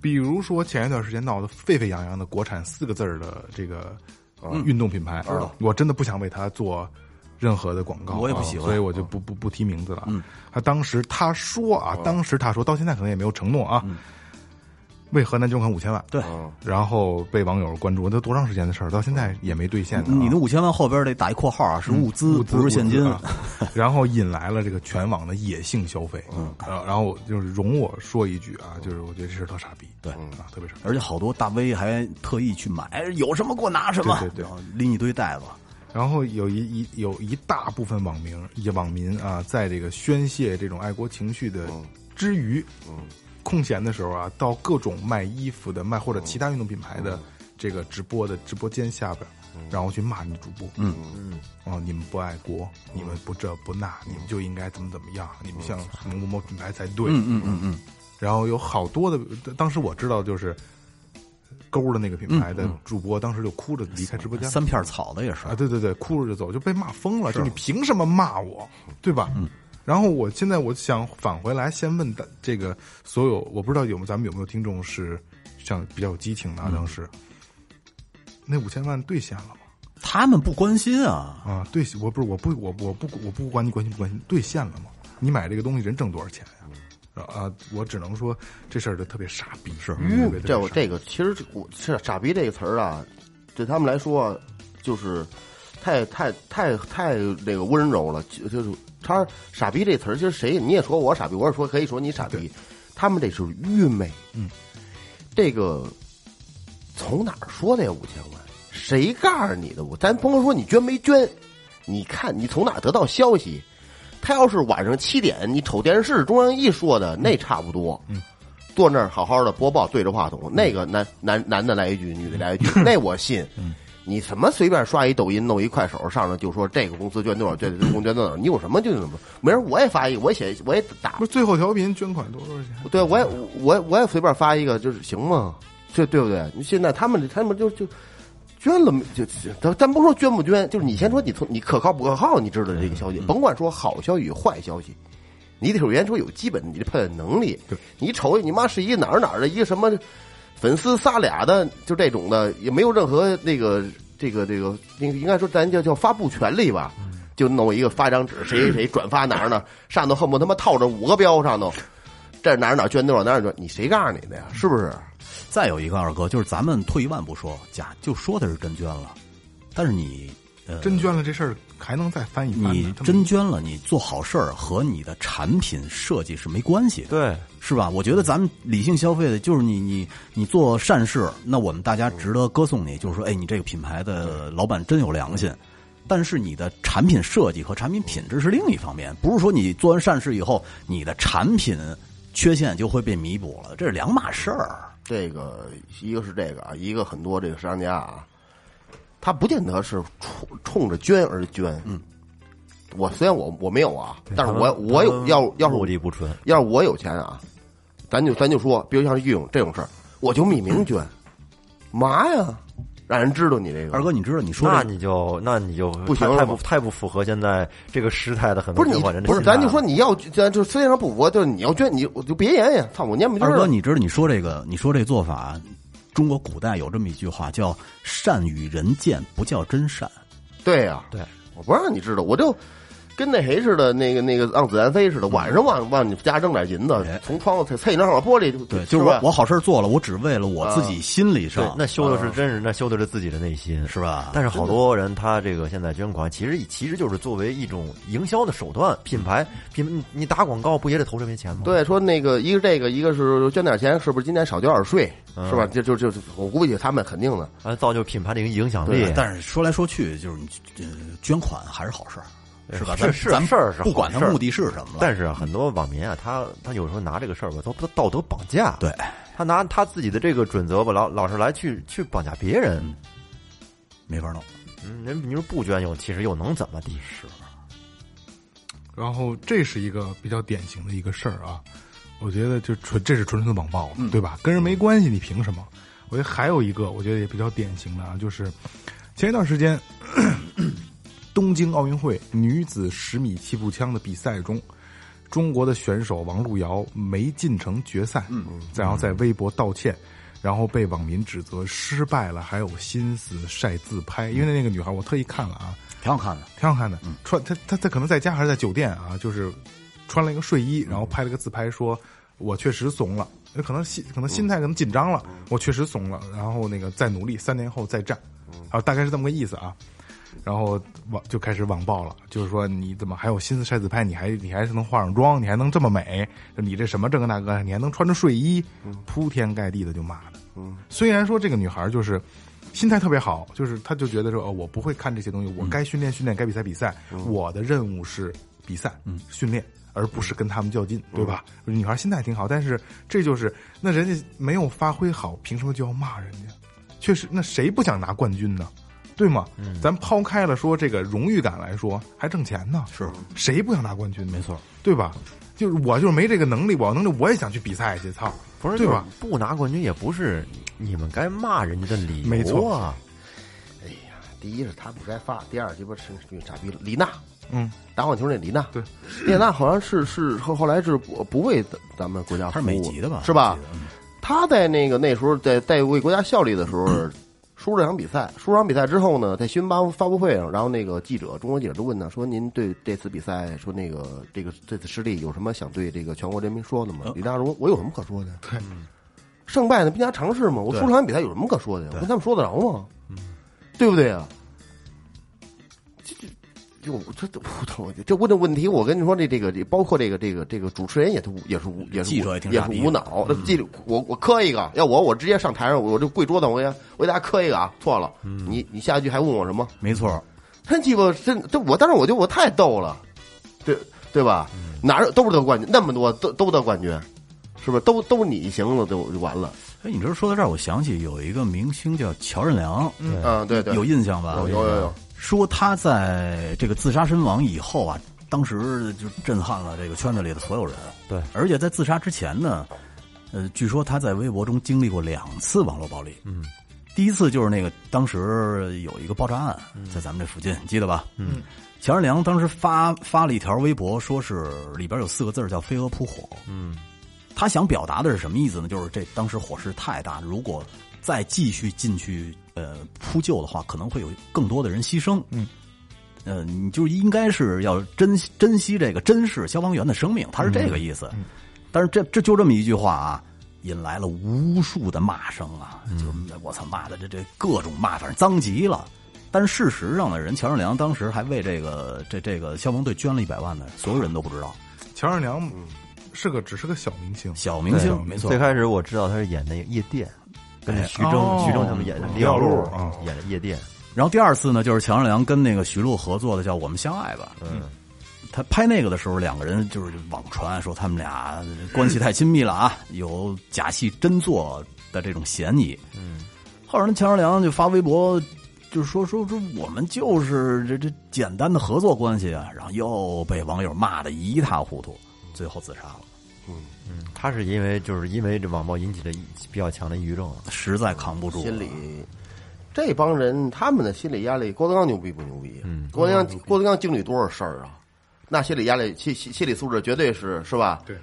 比如说前一段时间闹得沸沸扬扬的国产四个字儿的这个呃嗯运动品牌，我真的不想为它做任何的广告啊，我也不喜欢嗯所以我就不不不提名字哦嗯了。他当时他说啊，当时他说到现在可能也没有承诺啊。为河南捐款五千万，对，嗯，然后被网友关注，都多长时间的事儿，到现在也没兑现呢啊。你的五千万后边得打一括号啊，是物资，嗯物资不是现金。物资啊然后引来了这个全网的野性消费。嗯，然后我就是容我说一句啊，就是我觉得这事儿特傻逼，对啊，特别傻逼。而且好多大 V 还特意去买，哎有什么给我拿什么，对对对然后拎一堆袋子。然后有一一有一大部分网民也网民啊，在这个宣泄这种爱国情绪的之余，嗯，空闲的时候啊，到各种卖衣服的卖或者其他运动品牌的这个直播的直播间下边，然后去骂女主播，嗯嗯，哦，你们不爱国，你们不这不那，你们就应该怎么怎么样，你们像某某某品牌才对，嗯嗯嗯，然后有好多的，当时我知道就是勾的那个品牌嗯的主播，当时就哭着离开直播间了。三片草的也是啊，，对对对，哭着就走，就被骂疯了，就你凭什么骂我，对吧？嗯。然后我现在我想返回来，先问大这个所有，我不知道有没有咱们有没有听众是像比较有激情的、啊，当时那五千万兑现了吗？他们不关心啊，啊，兑现我不是我不我我不我不管你关心不关心，兑现了吗？你买这个东西人挣多少钱呀、啊，我只能说这事儿就特别傻逼，是嗯嗯这我这个其实我是傻逼这个词儿啊，对他们来说啊就是太太太太那个温柔了，就就是他傻逼这词儿，其实谁你也说我傻逼，我也说可以说你傻逼，他们这是愚昧。嗯，这个从哪儿说的呀？五千万，谁告诉你的？我咱甭说你捐没捐，你看你从哪儿得到消息？他要是晚上七点，你瞅电视，中央一说的那差不多。嗯，坐那儿好好的播报，对着话筒，那个男男男的来一句，女的来一句，那我信。你什么随便刷一抖音，弄一快手，上来就说这个公司捐多少，这个公司捐多少，你有什么就怎么，没人我也发一个，我也写，我也打不，是最后调频捐款多少钱？对我也我也我也随便发一个，就是行吗？这对不对？现在他们他们就就捐了没，就就咱咱不说捐不捐，就是你先说你从你可靠不可靠，你知道这个消息，甭管说好消息与坏消息，你得首先说有基本的你的判断能力。你瞅你妈是一哪儿哪儿的一个什么粉丝仨俩的，就这种的，也没有任何那个这个这个，应应该说咱叫叫发布权利吧。就弄一个发张纸，谁谁谁转发哪儿呢？上头恨不得他妈套着五个标上头，这哪儿哪儿捐多少哪儿哪儿捐，你谁告诉你的呀？是不是？再有一个二哥，就是咱们退一万步说，假就说的是真捐了，但是你呃，真捐了这事儿还能再翻一翻呢？你他们真捐了，你做好事儿和你的产品设计是没关系的，对，是吧？我觉得咱们理性消费的就是你你你做善事，那我们大家值得歌颂你，就是说，哎，你这个品牌的老板真有良心。但是你的产品设计和产品品质是另一方面，不是说你做完善事以后，你的产品缺陷就会被弥补了，这是两码事儿。这个一个是这个啊，一个很多这个商家啊，他不见得是冲冲着捐而捐。嗯，我虽然我我没有啊，但是我我有要要是目我的不纯，要是我有钱啊，咱就咱就说，比如像这种这种事儿，我就匿名捐，嘛呀，让人知道你这个二哥，你知道你说那这你就那你就不行太了太吗不太不符合现在这个时代的很不多捐是你款人的不是，心态咱就了说你要咱就非常不服，就是你要捐你我就别演演，操我念不就是二哥，你知道你说这个，你说这做法，中国古代有这么一句话叫“善与人见，不叫真善对呀、对，我不让你知道，我就跟那谁似的，那个那个让子弹飞似的，晚上往往你家扔点银子哎，从窗户蹭蹭你那会儿玻璃，”。对，就是吧我我好事儿做了，我只为了我自己心理对上，，那修啊的是真是那修的是自己的内心，是吧？但是好多人他这个现在捐款，其实其实就是作为一种营销的手段，品牌品你你打广告不也得投这些钱吗？，嗯对，说那个一个这个，一个是捐点钱，是不是今年少交点税，嗯是吧？就就就我估计他们肯定的，啊，造就品牌的一个影响对力。但是说来说去，就是你呃捐款还是好事儿，是吧？哎是咱是咱事儿是好不管它事儿目的是什么，但是啊，很多网民啊，他他有时候拿这个事儿吧，都都道德绑架，对，他拿他自己的这个准则吧，老老是来去去绑架别人。没法弄。嗯，人你说不捐又其实又能怎么地？是，然后这是一个比较典型的一个事儿啊，我觉得就纯这是纯纯的网暴，对吧？跟人没关系，你凭什么？我觉得还有一个，我觉得也比较典型的啊，就是前一段时间东京奥运会女子十米气步枪的比赛中，中国的选手王璐瑶没进城决赛，嗯，然后在微博道歉。然后被网民指责失败了，还有心思晒自拍，因为那个女孩我特意看了啊，挺好看的，挺好看的。穿他他他可能在家还是在酒店啊，就是穿了一个睡衣，然后拍了个自拍说，我确实怂了，可能心可能心态可能紧张了，我确实怂了，然后那个再努力，三年后再战，啊，大概是这么个意思啊。然后网就开始网暴了，就是说你怎么还有心思晒自拍？你还你还是能化上妆，你还能这么美？你这什么这个那个？你还能穿着睡衣？铺天盖地的就骂她。虽然说这个女孩就是心态特别好，就是她就觉得说哦，我不会看这些东西，我该训练训练，该比赛比赛，我的任务是比赛，训练。而不是跟他们较劲，对吧？女孩心态挺好，但是这就是那人家没有发挥好，凭什么就要骂人家？确实，那谁不想拿冠军呢？对吗？咱抛开了说这个荣誉感来说，还挣钱呢，是谁不想拿冠军？没错，对吧？就是我就是没这个能力，我有能力我也想去比赛去，操，不是对吧？？不拿冠军也不是你们该骂人家的理由啊。没错哎呀，第一是他不该发，第二鸡巴是那傻逼李娜，嗯，打网球那李娜，对，李娜好像是是后后来是不不为咱咱们国家她是服务美籍的嗯吧是吧？他在那个那时候在在为国家效力的时候。输了场比赛，输了场比赛之后呢，在新闻发布发布会上，然后那个记者，中国记者都问他说：“您对这次比赛，说那个这个这次失利有什么想对这个全国人民说的吗？”李娜说：“我有什么可说的？对，胜败呢兵家常事嘛。我输了场比赛有什么可说的呀？我跟他们说得着吗？嗯对不对啊？就这这我操！这问的问题，我跟你说，这这个这包括这个这个这个主持人也都也是无也是无记者也挺也傻是逼的嗯无脑。那记者我我磕一个，要我我直接上台上，我就跪桌子，我给我给大家磕一个啊！错了，嗯你你下一句还问我什么？没错，真鸡巴真这我，当时我就我太逗了，对对吧？嗯哪有都是得冠军，那么多都都得冠军，是不是？都都你行了，就就完了。哎，你这说到这儿，我想起有一个明星叫乔任梁，对嗯，对对，有印象吧？有有啊有有，说他在这个自杀身亡以后啊，当时就震撼了这个圈子里的所有人。对而且在自杀之前呢，呃，据说他在微博中经历过两次网络暴力。嗯，第一次就是那个当时有一个爆炸案在咱们这附近，记得吧？嗯，乔任梁当时发发了一条微博，说是里边有四个字儿叫“飞蛾扑火”。嗯，他想表达的是什么意思呢？就是这当时火势太大，如果再继续进去呃扑救的话，可能会有更多的人牺牲。嗯。呃，你就应该是要珍惜珍惜这个珍视消防员的生命，他是这个意思。但是这这就这么一句话啊，引来了无数的骂声啊，就是我操骂的这这各种骂，反正脏极了。但是事实上呢，人乔任梁当时还为这个这这个消防队捐了一百万呢，所有人都不知道。乔任梁是个只是个小明星，小明星没错最，开始我知道他是演那个夜店，跟那徐哦峥、徐峥他们演的嗯李小璐李小璐啊演的夜店，然后第二次呢，就是乔任梁跟那个徐璐合作的叫《我们相爱吧》。嗯，他拍那个的时候，两个人就是网传说他们俩关系太亲密了啊，有假戏真做的这种嫌疑。嗯，后来呢，乔任梁就发微博，就是说说说我们就是这这简单的合作关系啊，然后又被网友骂的一塌糊涂，最后自杀了。他是因为就是因为这网暴引起的抑比较强的抑郁症啊，实在扛不住了，心里，这帮人他们的心理压力，郭德纲牛逼不牛逼？嗯，郭德纲郭德纲经历多少事儿啊？那心理压力、心心心理素质绝对是是吧？对，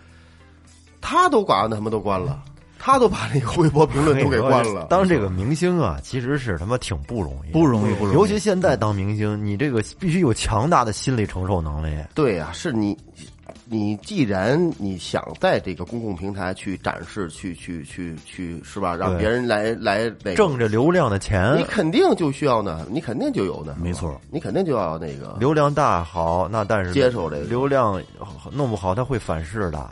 他都把那他们都关了，他都把那个微博评论都给关了。当这个明星啊，其实是他妈挺不容易的，不容易，不容易。尤其现在当明星，你这个必须有强大的心理承受能力。对呀、是你，你既然你想在这个公共平台去展示，去去去去，是吧？让对别人来来那个，挣着流量的钱你，肯定就需要呢，你肯定就有呢，没错，你肯定就要那个。流量大好，那但是接受这个流量弄不好，他会反噬的。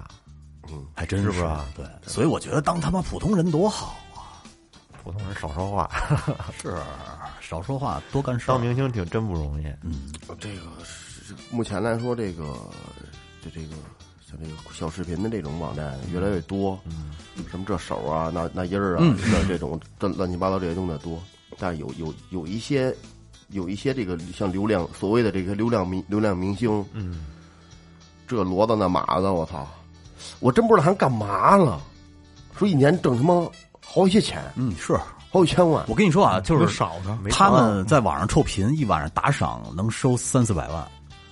还真是不是啊对，所以我觉得当他妈普通人多好啊！普通人少说话，是少说话，多干事儿当。明星挺真不容易。呃这个是目前来说，这个就这个像这个小视频的这种网站越来越多，嗯，什么这手啊、那那音儿啊，这这种这乱七八糟这些用的多，但是有有有一些有一些这个像流量所谓的这个流量明流量明星，嗯，这骡子那马子，我操，我真不知道他干嘛了，说一年挣他妈好些钱，嗯，是好几千万，我跟你说啊，就就是少呢，他们在网上臭贫，一晚上打赏能收三四百万，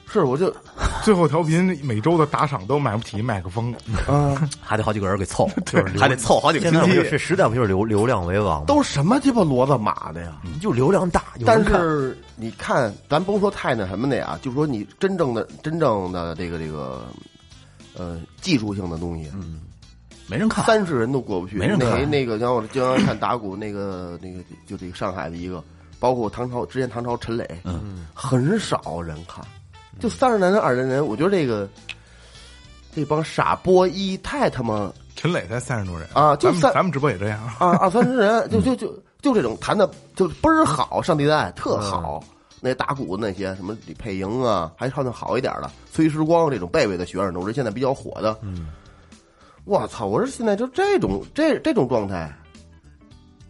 是我就最后调频每周的打赏都买不起麦克风，还得好几个人给 [LAUGHS] 凑，就是还得凑好几个现在星不就期。是时代不就是流流量为王吗？都什么鸡巴骡子马的呀？就流量大，有但人看是你看，咱甭说太那什么的呀，就说你真正的、真正的这个这个，呃，技术性的东西，嗯，没人看，三十人都过不去。没人那看那个，你看我经常看打鼓，那个那个，就这个上海的一个，包括唐朝之前唐朝陈磊，嗯，很少人看，就三十男人二十人，我觉得这个这帮傻波一太他妈 [LAUGHS] 陈磊才三十多人啊就咱们三咱们直播也这样，啊二三十人，就就就就这种弹的就倍儿好，上地带特好。那打鼓那些什么李佩莹啊，还唱的好一点的崔时光这种贝贝的学生，都是现在比较火的。嗯，我操！我说现在就这种这这种状态，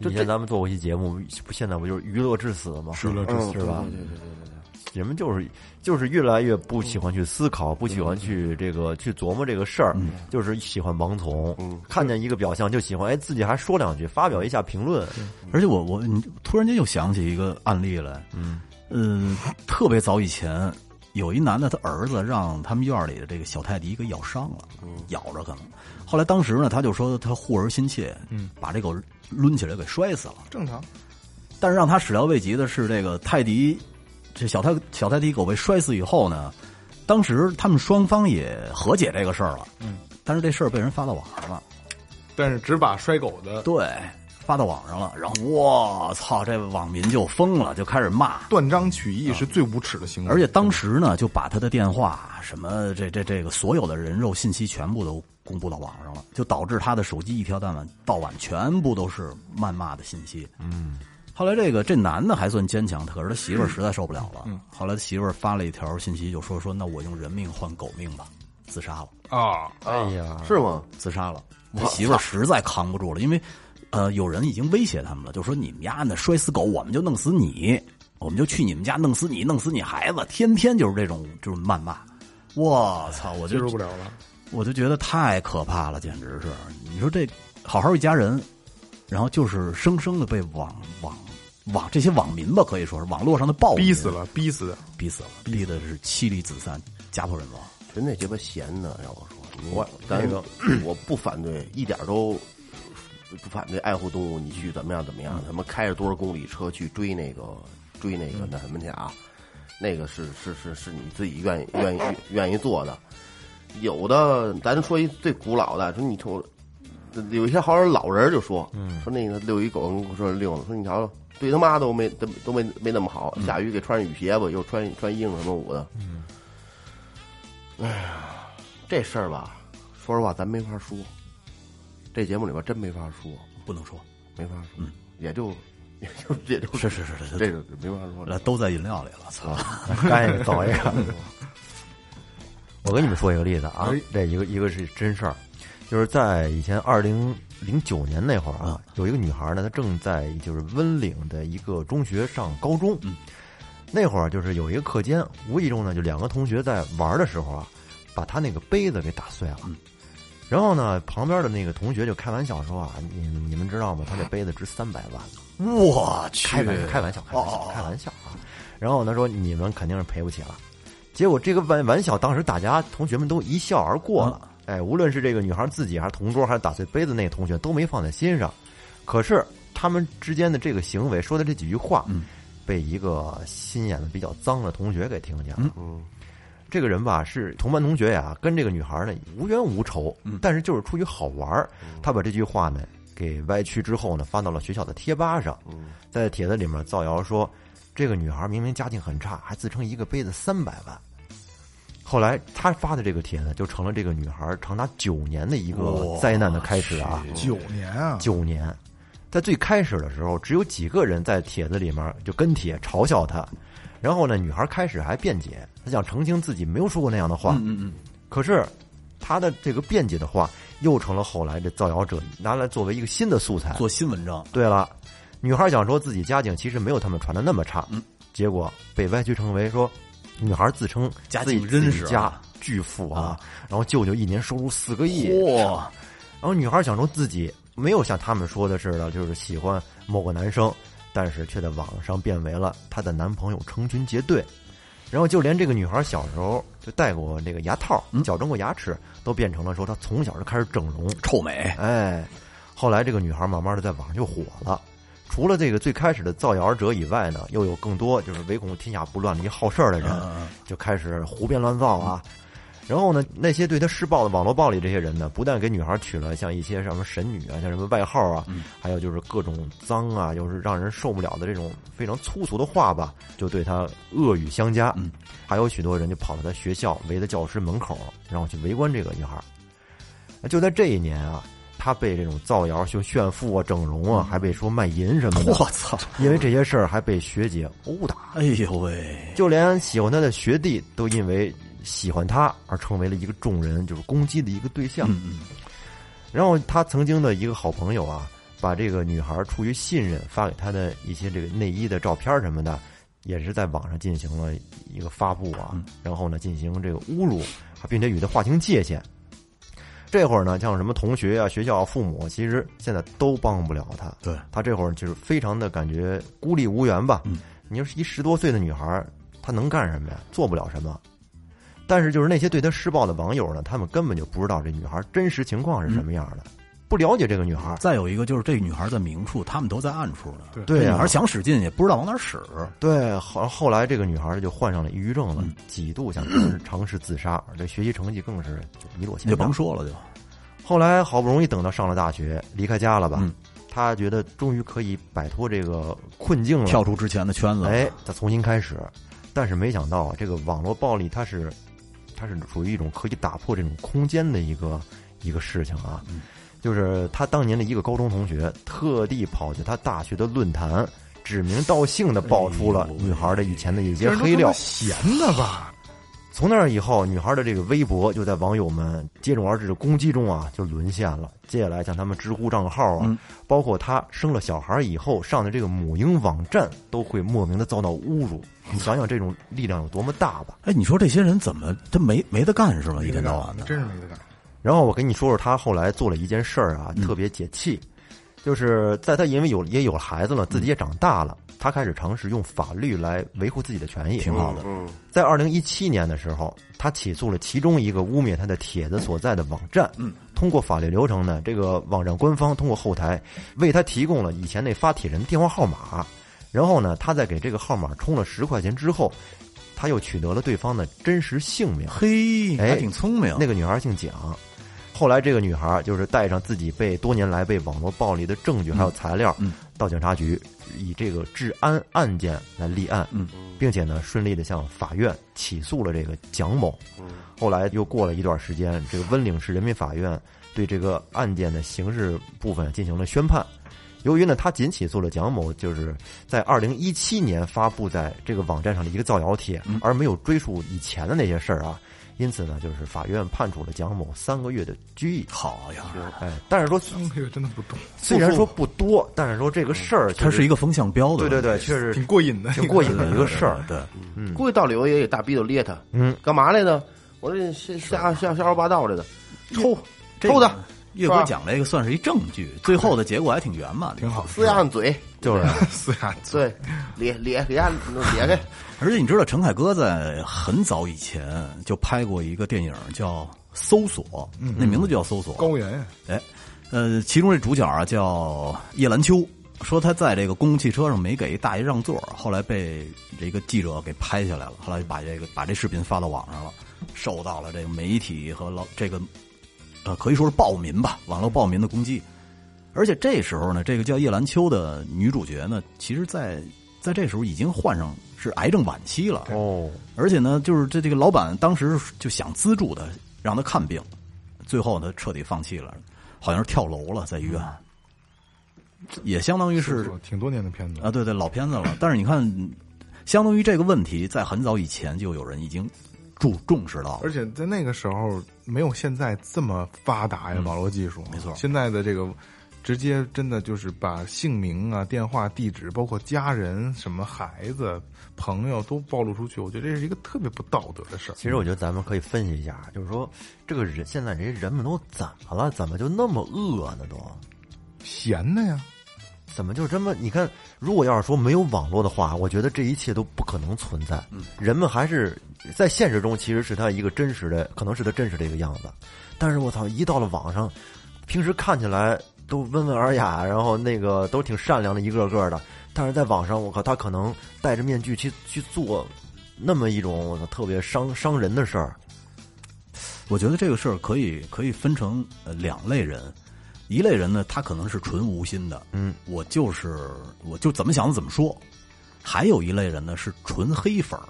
就以前咱们做过一期节目，不现在不就是娱乐至死吗？娱乐至嗯死是啊嗯吧？人们就是就是越来越不喜欢去思考，不喜欢去这个去琢磨这个事儿，就是喜欢盲从。看见一个表象就喜欢，哎，自己还说两句，发表一下评论。而且我我你突然间又想起一个案例来，嗯特别早以前有一男的，他儿子让他们院里的这个小泰迪给咬伤了，咬着可能。后来当时呢，他就说他护儿心切，嗯，把这狗抡起来给摔死了。正常。但是让他始料未及的是，这个泰迪，这小泰小泰迪狗被摔死以后呢，当时他们双方也和解这个事儿了，嗯，但是这事儿被人发到网上了。但是只把摔狗的对，发到网上了，然后我操，这网民就疯了，就开始骂。断章取义是最无耻的行为，啊而且当时呢，就把他的电话啊什么这这这个所有的人肉信息全部都公布到网上了，就导致他的手机一条到晚到晚全部都是谩骂的信息。嗯，后来这个这男的还算坚强，可是他媳妇儿实在受不了了。嗯，后来他媳妇儿发了一条信息，就说说那我用人命换狗命吧，自杀了，啊，哎呀，是吗？自杀了。他媳妇儿实在扛不住了，因为呃有人已经威胁他们了，就说你们家那摔死狗，我们就弄死你。我们就去你们家弄死你，弄死你孩子，天天就是这种就是谩骂。我操！我接就受不了了。我就觉得太可怕了，简直是！你说这好好一家人，然后就是生生的被网网网这些网民吧，可以说是网络上的暴民逼死，了，逼死的，逼死了，逼的是妻离子散，家破人亡。真那鸡巴闲的，让我说，你我咱那个 [COUGHS] 我不反对，一点都不反对爱护动物，你去怎么样怎么样，他们开着多少公里车去追那个追那个那什么去啊？那个是是是是你自己愿意愿意愿意做的。有的，咱说一最古老的，说你瞅，有一些好像老人就说，说那个遛一狗跟我说遛呢，说你瞧瞧，对他妈都没都都没没那么好，下雨给穿上雨鞋吧，又穿穿硬什么捂的，这事儿吧，说实话，咱没法说。这节目里边真没法说，不能说，没法说，也就也就也就是是是是这个没法说那了。都在饮料里了，操！ [LAUGHS] 干一个走一个。 [LAUGHS] 我跟你们说一个例子啊哎，这一个一个是真事儿，就是在以前二零零九年那会儿啊，有一个女孩呢，她正在就是温岭的一个中学上高中，那会儿就是有一个课间，无意中呢，就两个同学在玩的时候啊，把她那个杯子给打碎了。然后呢，旁边的那个同学就开玩笑说啊，你你们知道吗？她这杯子值三百万呢。我去，开玩开玩笑，开玩笑，开玩笑啊！然后他说你们肯定是赔不起了。结果这个玩玩笑，当时大家同学们都一笑而过了。哎，无论是这个女孩自己，还是同桌，还是打碎杯子那个同学，都没放在心上。可是他们之间的这个行为，说的这几句话，被一个心眼子比较脏的同学给听见了。嗯，这个人吧是同班同学呀，跟这个女孩呢无冤无仇，但是就是出于好玩儿，他把这句话呢给歪曲之后呢，发到了学校的贴吧上，在帖子里面造谣说这个女孩明明家境很差，还自称一个杯子三百万。后来他发的这个帖子就成了这个女孩长达九年的一个哇灾难的开始啊！九年啊，九年，在最开始的时候，只有几个人在帖子里面就跟帖嘲笑他，然后呢，女孩开始还辩解，她想澄清自己没有说过那样的话，嗯嗯可是她的这个辩解的话，又成了后来的造谣者拿来作为一个新的素材嗯，。做新文章，对了，女孩想说自己家境其实没有他们传的那么嗯差，结果被歪曲成为说女孩自称家自己境真自己是啊家巨富啊，然后舅舅一年收入四个亿，哇，然后女孩想说自己没有像他们说的似的，就是喜欢某个男生，但是却在网上变为了她的男朋友成群结队。然后就连这个女孩小时候就戴过这个牙套、矫正过牙齿，都变成了说她从小就开始整容。臭美，哎，后来这个女孩慢慢的在网上就火了。除了这个最开始的造谣者以外呢，又有更多就是唯恐天下不乱的一好事儿的人，就开始胡编乱造啊。然后呢，那些对他施暴的网络暴力这些人呢，不但给女孩取了像一些什么神女啊，像什么外号啊，还有就是各种脏啊，又是让人受不了的这种非常粗俗的话吧，就对他恶语相加。嗯还有许多人就跑到他学校，围在教室门口，然后去围观这个女孩。就在这一年啊，他被这种造谣、就炫富啊、整容啊，还被说卖淫什么的，我操！因为这些事儿还被学姐殴打。哎呦喂，就连喜欢他的学弟都因为喜欢他而成为了一个众人就是攻击的一个对象。嗯嗯，然后他曾经的一个好朋友啊，把这个女孩出于信任发给他的一些这个内衣的照片什么的，也是在网上进行了一个发布啊，嗯然后呢进行这个侮辱，啊并且与他划清界限。这会儿呢，像什么同学啊、学校、父母，其实现在都帮不了他。对，他这会儿就是非常的感觉孤立无援吧。嗯你说一十多岁的女孩儿，她能干什么呀？做不了什么。但是就是那些对她施暴的网友呢，他们根本就不知道这女孩儿真实情况是什嗯么样的，不了解这个女孩儿。再有一个就是这女孩在明处，他们都在暗处呢。对对这呀、女孩想使劲也不知道往哪使。对，后后来这个女孩儿就患上了抑郁症嗯了，几度想尝试尝试自杀，而且学习成绩更是就一落你千就丈甭。说了，就后来好不容易等到上了大学，离开家了吧，嗯她觉得终于可以摆脱这个困境了，跳出之前的圈子。嗯哎，再重新开始。但是没想到啊，这个网络暴力它是它是属于一种可以打破这种空间的一个一个事情啊。嗯就是他当年的一个高中同学，特地跑去他大学的论坛，指名道姓的爆出了哎呦女孩的以前的一些这人都黑他妈料。闲的吧？从那儿以后，女孩的这个微博就在网友们接踵而至的攻击中啊，就沦陷了。接下来像他们知乎账号啊，嗯包括她生了小孩以后上的这个母婴网站，都会莫名的遭到侮辱。你想想这种力量有多么大吧？哎，你说这些人怎么这没没得干是吗？一没天得到晚干，啊的。真是没得干。然后我跟你说说她后来做了一件事儿啊，嗯特别解气，就是在她因为有也有了孩子了，自己也长大了，她开始尝试用法律来维护自己的权益，嗯挺好的嗯，在二零一七年的时候，他起诉了其中一个污蔑他的帖子所在的网站。嗯，通过法律流程呢，这个网站官方通过后台为他提供了以前那发帖人电话号码，然后呢，他在给这个号码充了十块钱之后，他又取得了对方的真实姓名。嘿，哎还挺聪明。那个女孩姓蒋。后来，这个女孩就是带上自己被多年来被网络暴力的证据还有材料，嗯到警察局以这个治安案件来立案，嗯并且呢顺利的向法院起诉了这个蒋某。嗯后来又过了一段时间，这个温岭市人民法院对这个案件的刑事部分进行了宣判。由于呢，他仅起诉了蒋某，就是在二零一七年发布在这个网站上的一个造谣帖，嗯而没有追溯以前的那些事儿啊。因此呢，就是法院判处了蒋某三个月的拘役。好呀，哎，但是说三个月真的不懂，虽然说不多，但是说这个事儿、就它是一个个风向标的。对对对，确实挺过瘾的。挺过瘾的一个事 [LAUGHS] 儿。对，估计到里头也有大逼头咧他，嗯，干嘛来呢？我这瞎瞎瞎瞎说八道来的，抽这抽他个，岳哥讲这个算是一证据，最后的结果还挺圆满的， [LAUGHS] 挺好。撕下你嘴，就是四下对，咧咧给他咧开，而且你知道，陈凯歌在很早以前就拍过一个电影叫《搜索》，那名字就叫《搜索》。高原，哎，呃，其中这主角啊叫叶兰秋，说他在这个公共汽车上没给大爷让座，后来被这个记者给拍下来了，后来就把这个把这视频发到网上了，受到了这个媒体和老这个呃可以说是暴民吧，网络暴民的攻击。而且这时候呢，这个叫叶兰秋的女主角呢，其实在在这时候已经患上是癌症晚期了，哦，而且呢，就是这这个老板当时就想资助他，让他看病，最后他彻底放弃了，好像是跳楼了，在医院，也相当于嗯是挺多年的片子啊，对对，老片子了。但是你看，相当于这个问题在很早以前就有人已经注重视到而了，且在那个时候没有现在这么发达呀，网络技术、嗯没错现在的这个直接真的就是把姓名啊、电话、地址，包括家人、什么孩子、朋友都暴露出去，我觉得这是一个特别不道德的事儿。其实我觉得咱们可以分析一下，就是说这个人现在这些人们都怎么了？怎么就那么恶呢？都闲的呀，怎么就这么？你看，如果要是说没有网络的话，我觉得这一切都不可能存在。人们还是在现实中其实是他一个真实的，可能是他真实的一个样子。但是我操，一到了网上，平时看起来都温文尔雅，然后那个都挺善良的，一个个的。但是在网上，我靠，他可能戴着面具去去做那么一种我操特别伤伤人的事儿。我觉得这个事儿可以可以分成呃两类人，一类人呢，他可能是纯无心的，嗯，我就是我就怎么想怎么说；还有一类人呢是纯黑粉儿，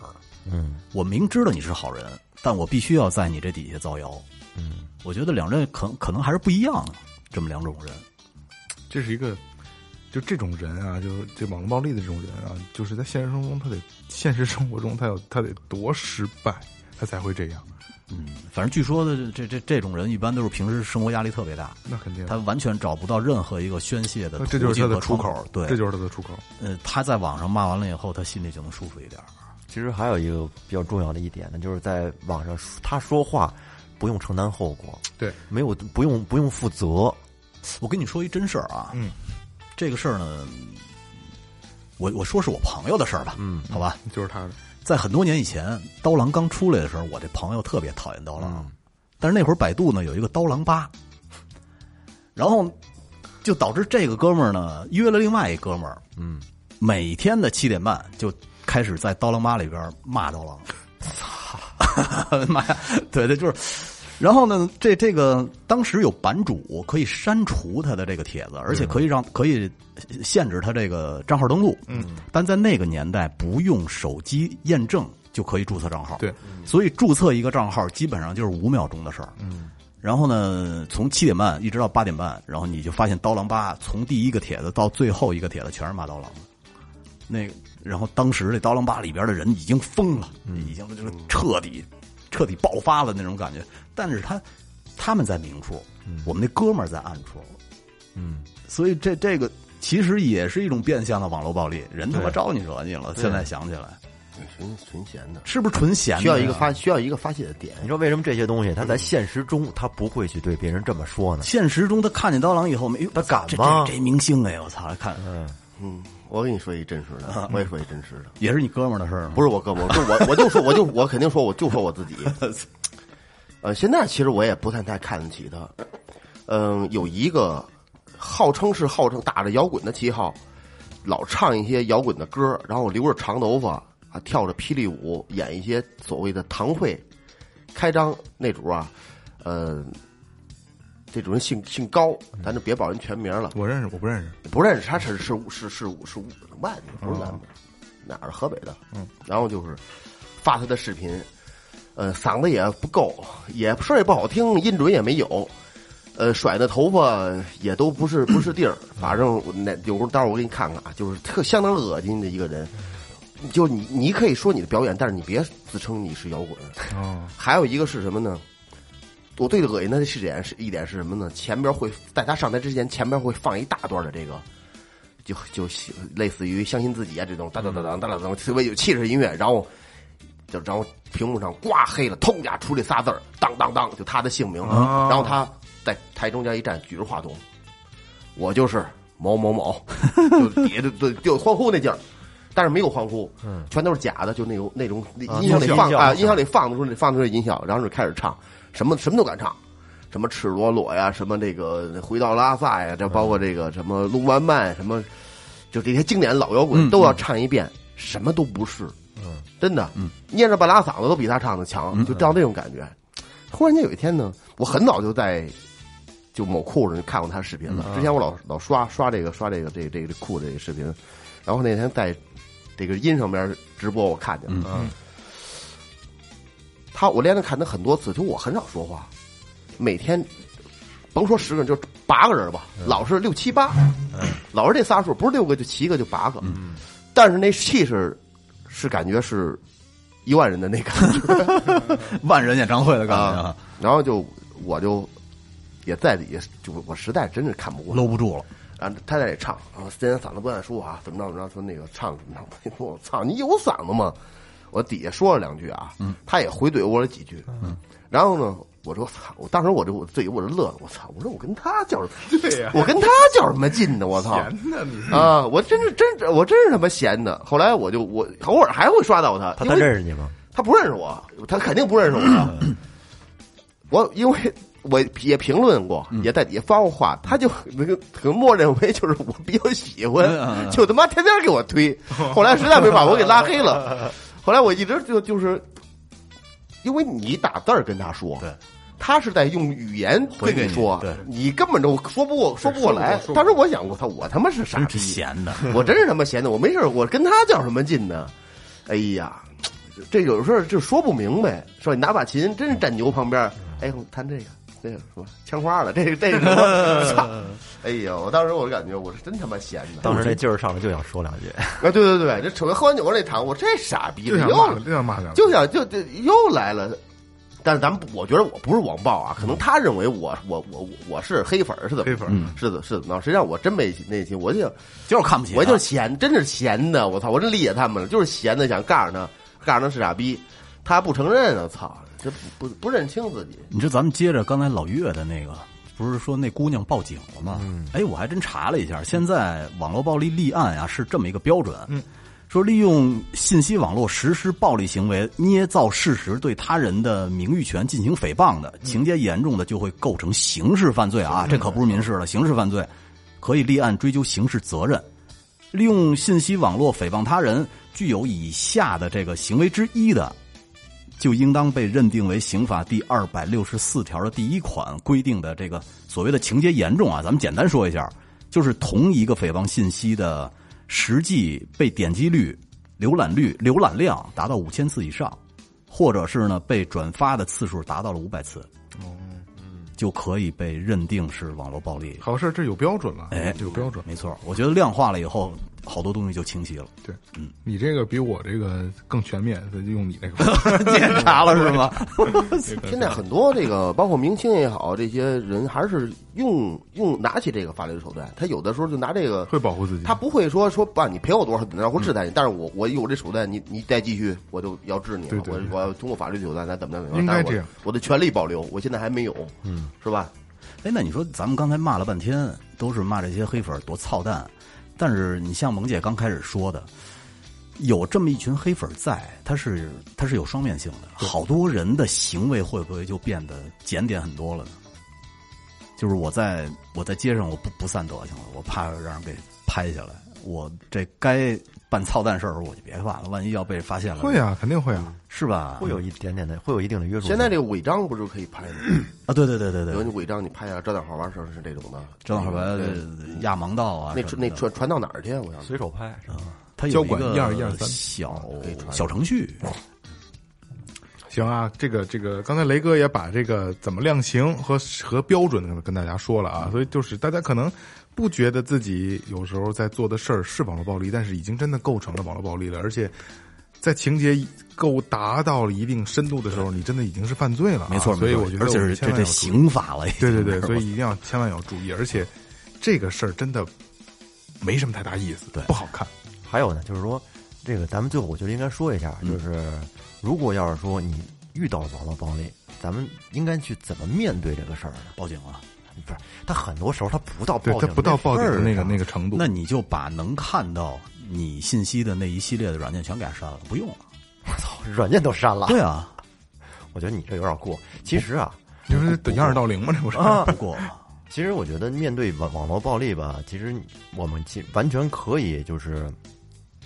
嗯我明知道你是好人，但我必须要在你这底下造谣。嗯，我觉得两类可可能还是不一样的，这么两种人。这是一个，就这种人啊，就是这网络暴力的这种人啊，就是在现实生活中他得现实生活中他有他得多失败，他才会这样。嗯，反正据说的这这这种人一般都是平时生活压力特别大，那肯定，他完全找不到任何一个宣泄的那途这径就是他的和出窗口口，。对，这就是他的出口。呃，他在网上骂完了以后，他心里就能舒服一点儿。其实还有一个比较重要的一点呢，就是在网上说他说话不用承担后果，对，没有不用不用负责，我跟你说一真事儿啊，嗯，这个事儿呢，我我说是我朋友的事儿吧，嗯，好吧，就是他的。在很多年以前，刀郎刚出来的时候，我这朋友特别讨厌刀郎，但是那会儿百度呢有一个刀郎吧，然后就导致这个哥们儿呢约了另外一哥们儿，嗯，每天的七点半就开始在刀郎吧里边骂刀郎，操， [LAUGHS] 妈呀，对对，就是。然后呢，这这个当时有版主可以删除他的这个帖子，而且可以让可以限制他这个账号登录。嗯，但在那个年代，不用手机验证就可以注册账号。对，所以注册一个账号基本上就是五秒钟的事儿。嗯，然后呢，从七点半一直到八点半，然后你就发现刀郎吧从第一个帖子到最后一个帖子全是骂刀郎的。那个，然后当时这刀郎吧里边的人已经疯了，已经就是彻底彻底爆发了那种感觉。但是他他们在明处，嗯我们那哥们儿在暗处，嗯，所以这这个其实也是一种变相的网络暴力。人他妈招你惹你了，现在想起来纯纯闲的，是不是纯闲的呀？需要一个发需要一个发泄的点。你说为什么这些东西他在现实中他不会去对别人这么说呢？现实中他看见刀郎以后没有，他敢这吗这这明星哎，我操！看嗯，我跟你说一真实的，我也说一真实的，也是你哥们儿的事儿吗？不是我哥们儿，我就我我就说我就我肯定说我就说我自己。呃，现在其实我也不太太看得起他。嗯，有一个号称是号称打着摇滚的旗号，老唱一些摇滚的歌，然后留着长头发啊，跳着霹雳舞，演一些所谓的堂会开张那主啊，呃，这主人姓姓高，咱就别报人全名了。我认识，我不认识。不认识，他是是是是是外地，不是咱们的，哪儿的河北的。嗯，然后就是发他的视频，呃，嗓子也不够，也声儿也不好听，音准也没有，呃，甩的头发也都不是不是地儿，反正我那有时候待会儿我给你看看啊，就是特相当恶心的一个人。就你，你可以说你的表演，但是你别自称你是摇滚。哦，还有一个是什么呢？我最恶心的是一点是一点是什么呢？前边会在他上台之前，前边会放一大段的这个，就就类似于相信自己啊这种哒哒哒嗯哒哒哒哒，特别有气势音乐，然后就然后屏幕上挂黑了，通家出这仨字儿，当当当，就他的姓名，哦然后他在台中间一站，举着话筒，我就是某某某，就底下就就就欢呼那劲儿。但是没有欢呼，全都是假的，就那种那种那嗯啊音响里音放效啊，音响里放的时候，放出来音效，然后就开始唱，什么什么都敢唱，什么赤裸裸呀，什么这个回到拉萨呀，这包括这个什么路漫漫，什么就这些经典老摇滚都要唱一遍，什么都不是，嗯，真的，捏着半拉嗓子都比他唱的强，就到那种感觉。嗯忽然间有一天呢，我很早就在就某库上就看过他视频了，之前我老老刷刷这个刷这个这这这库这个视频，然后那天在这个音上边直播我看见了，嗯，他我连着看他很多次，就我很少说话，每天甭说十个人，就八个人吧，老是六七八，老是这仨数，不是六个就七个就八个，但是那气势是感觉是一万人的那感觉万人演唱会的感觉啊啊，，然后就我就也在底下，就我实在真是看不过，搂不住了。然后他在那唱，啊然后今天嗓子不太舒服啊，怎么着怎么着，说那个唱怎么着，我说我操，你有嗓子吗？我底下说了两句啊，嗯他也回怼我了几句，然后呢，我说我操，我当时我就我自己我就乐了，我操，我说我跟他较什么，对 [LAUGHS] 呀我跟他较什么劲呢？我操，闲的你啊，我真是真是我真是他妈闲的。后来我就我偶尔还会刷到他，他因他为认识你吗？他不认识我，他肯定不认识 [COUGHS] 我。啊我因为我也评论过，嗯也在底下发过话，他就那个可能默认为就是我比较喜欢嗯嗯嗯，就他妈天天给我推。后来实在没把我给拉黑 [LAUGHS] 了。后来我一直就就是，因为你打字儿跟他说，对，他是在用语言回跟给你说，对你根本就说不过说不过来。当时我想，我操，我他妈是傻真是逼，闲的。 [LAUGHS] 我真是他妈闲的，我没事儿，我跟他较什么劲呢？哎呀，这有时候就说不明白，是吧？你拿把琴，真是站牛旁边儿，哎，我弹这个，这个什么枪花了，这个这个什 [LAUGHS] 么，操哎呦，我当时我感觉我是真他妈闲的。当时那劲儿上来就想说两句，啊，对对对，这瞅着喝完酒那场，我这傻逼就了想又骂，就想骂两句。就想就就又来了。但是咱们不，我觉得我不是网暴啊，可能他认为我我我我是黑粉儿是怎么黑粉儿嗯是怎是怎么着？实际上我真没内心，我就就是看不起他，我就是闲，真是闲的，我操，我真理解他们了，就是闲的想告诉他，告诉他是傻逼，他不承认，我操，这不不不认清自己，你知道咱们接着刚才老岳的那个，不是说那姑娘报警了吗？哎，我还真查了一下，现在网络暴力立案啊是这么一个标准，嗯，说利用信息网络实施暴力行为，捏造事实对他人的名誉权进行诽谤的，情节严重的就会构成刑事犯罪啊，这可不是民事了，刑事犯罪可以立案追究刑事责任。利用信息网络诽谤他人，具有以下的这个行为之一的，就应当被认定为刑法第二百六十四条的第一款规定的这个所谓的情节严重啊。咱们简单说一下，就是同一个诽谤信息的实际被点击率、浏览率、浏览量达到五千次以上，或者是呢被转发的次数达到了五百次，就可以被认定是网络暴力。好事儿这有标准了，哎有标准。没错，我觉得量化了以后，好多东西就清晰了。 [LAUGHS] 对，嗯你这个比我这个更全面，所以就用你那个 [LAUGHS] 方法。检查了是吗？ [LAUGHS] 现在很多这个，包括明星也好，这些人还是用用拿起这个法律手段，他有的时候就拿这个会保护自己他不会说说爸，你赔我多少，然后制裁你，但是我我有这手段，你你再继续，我就要治你了，对对对我我要通过法律手段，咱怎么着怎么应该但是我这样我的权利保留，我现在还没有，嗯，是吧？哎，那你说咱们刚才骂了半天，都是骂这些黑粉儿多操蛋，但是你像萌姐刚开始说的，有这么一群黑粉儿在，他是他是有双面性的，好多人的行为会不会就变得检点很多了呢？就是我在我在街上我不不散德行了，我怕让人给拍下来，我这该办操蛋事儿我就别办了，万一要被发现了，会啊，肯定会啊。是吧？ [LAUGHS] 会有一点点的，会有一定的约束。现在这个违章不是可以拍吗？啊，对对对对比如对你，违章，你拍下来，抓点好玩儿事儿是这种的，正好把对压盲道啊那呃传什么那的传传到哪儿去？啊我想随手拍，它交有一管个12123小可以传小程序，行啊，这个这个，刚才雷哥也把这个怎么量刑和和标准跟跟大家说了嗯啊，所以就是大家可能不觉得自己有时候在做的事儿是网络暴力，但是已经真的构成了网络暴力了，而且在情节够达到了一定深度的时候，你真的已经是犯罪了啊、没错，所以没错我觉得而且我是们千这万这要注意刑法了，已对对经对，[LAUGHS] 是所以一定要千万要注意，而且这个事儿真的没什么太大意思，对不好看，还有呢，就是说，这个咱们最后我觉得应该说一下，就是、如果要是说你遇到网络暴力，咱们应该去怎么面对这个事儿呢？报警了。不是，他很多时候他不到对报警，它不到报警的那个那个，个程度那。你就把能看到你信息的那一系列的软件全给它删了，不用了。我操， [LAUGHS] 软件都删了。对啊，那我觉得你这有点过。其实 [LAUGHS] 啊，你说这等于二到零吗？这不是？啊哎不过其实我觉得面对网网络暴力吧，其实我们其完全可以就是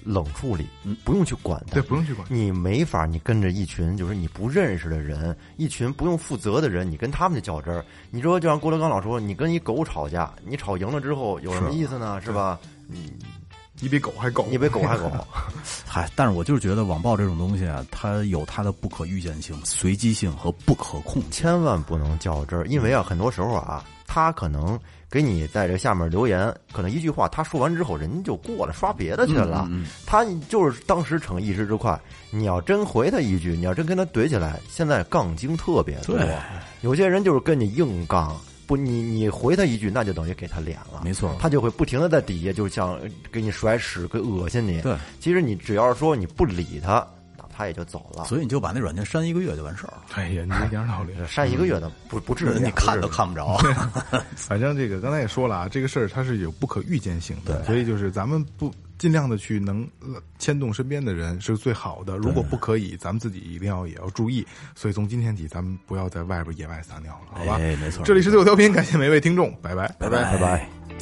冷处理，不用去管它。嗯对，不用去管。你没法，你跟着一群就是你不认识的人，一群不用负责的人，你跟他们去较真儿。你说，就像郭德纲老说，你跟一狗吵架，你吵赢了之后有什么意思呢？是吧？你比狗还狗，你比狗还狗。嗨，但是我就是觉得网暴这种东西啊，它有它的不可预见性、随机性和不可控性。千万不能较真儿，因为啊，很多时候啊，他可能给你在这下面留言，可能一句话他说完之后，人就过了刷别的去了。嗯他就是当时逞一时之快，你要真回他一句，你要真跟他怼起来，现在杠精特别多对，有些人就是跟你硬杠。不，你你回他一句，那就等于给他脸了，没错他就会不停的在底下，就像给你甩屎，给恶心你。对，其实你只要说你不理他，那他也就走了。所以你就把那软件删一个月就完事儿了， [LAUGHS] 哎呀，你一点道理。删一个月的不不至于啊，嗯你看不都至于看不着。反正这个刚才也说了啊，这个事儿它是有不可预见性的，所以就是咱们不尽量的去能呃牵动身边的人是最好的。如果不可以，咱们自己一定要也要注意。所以从今天起，咱们不要在 [LAUGHS] 外边野外撒尿了，好吧？哎没错这里是最后调频，感谢每位听众，拜拜，拜拜拜。拜。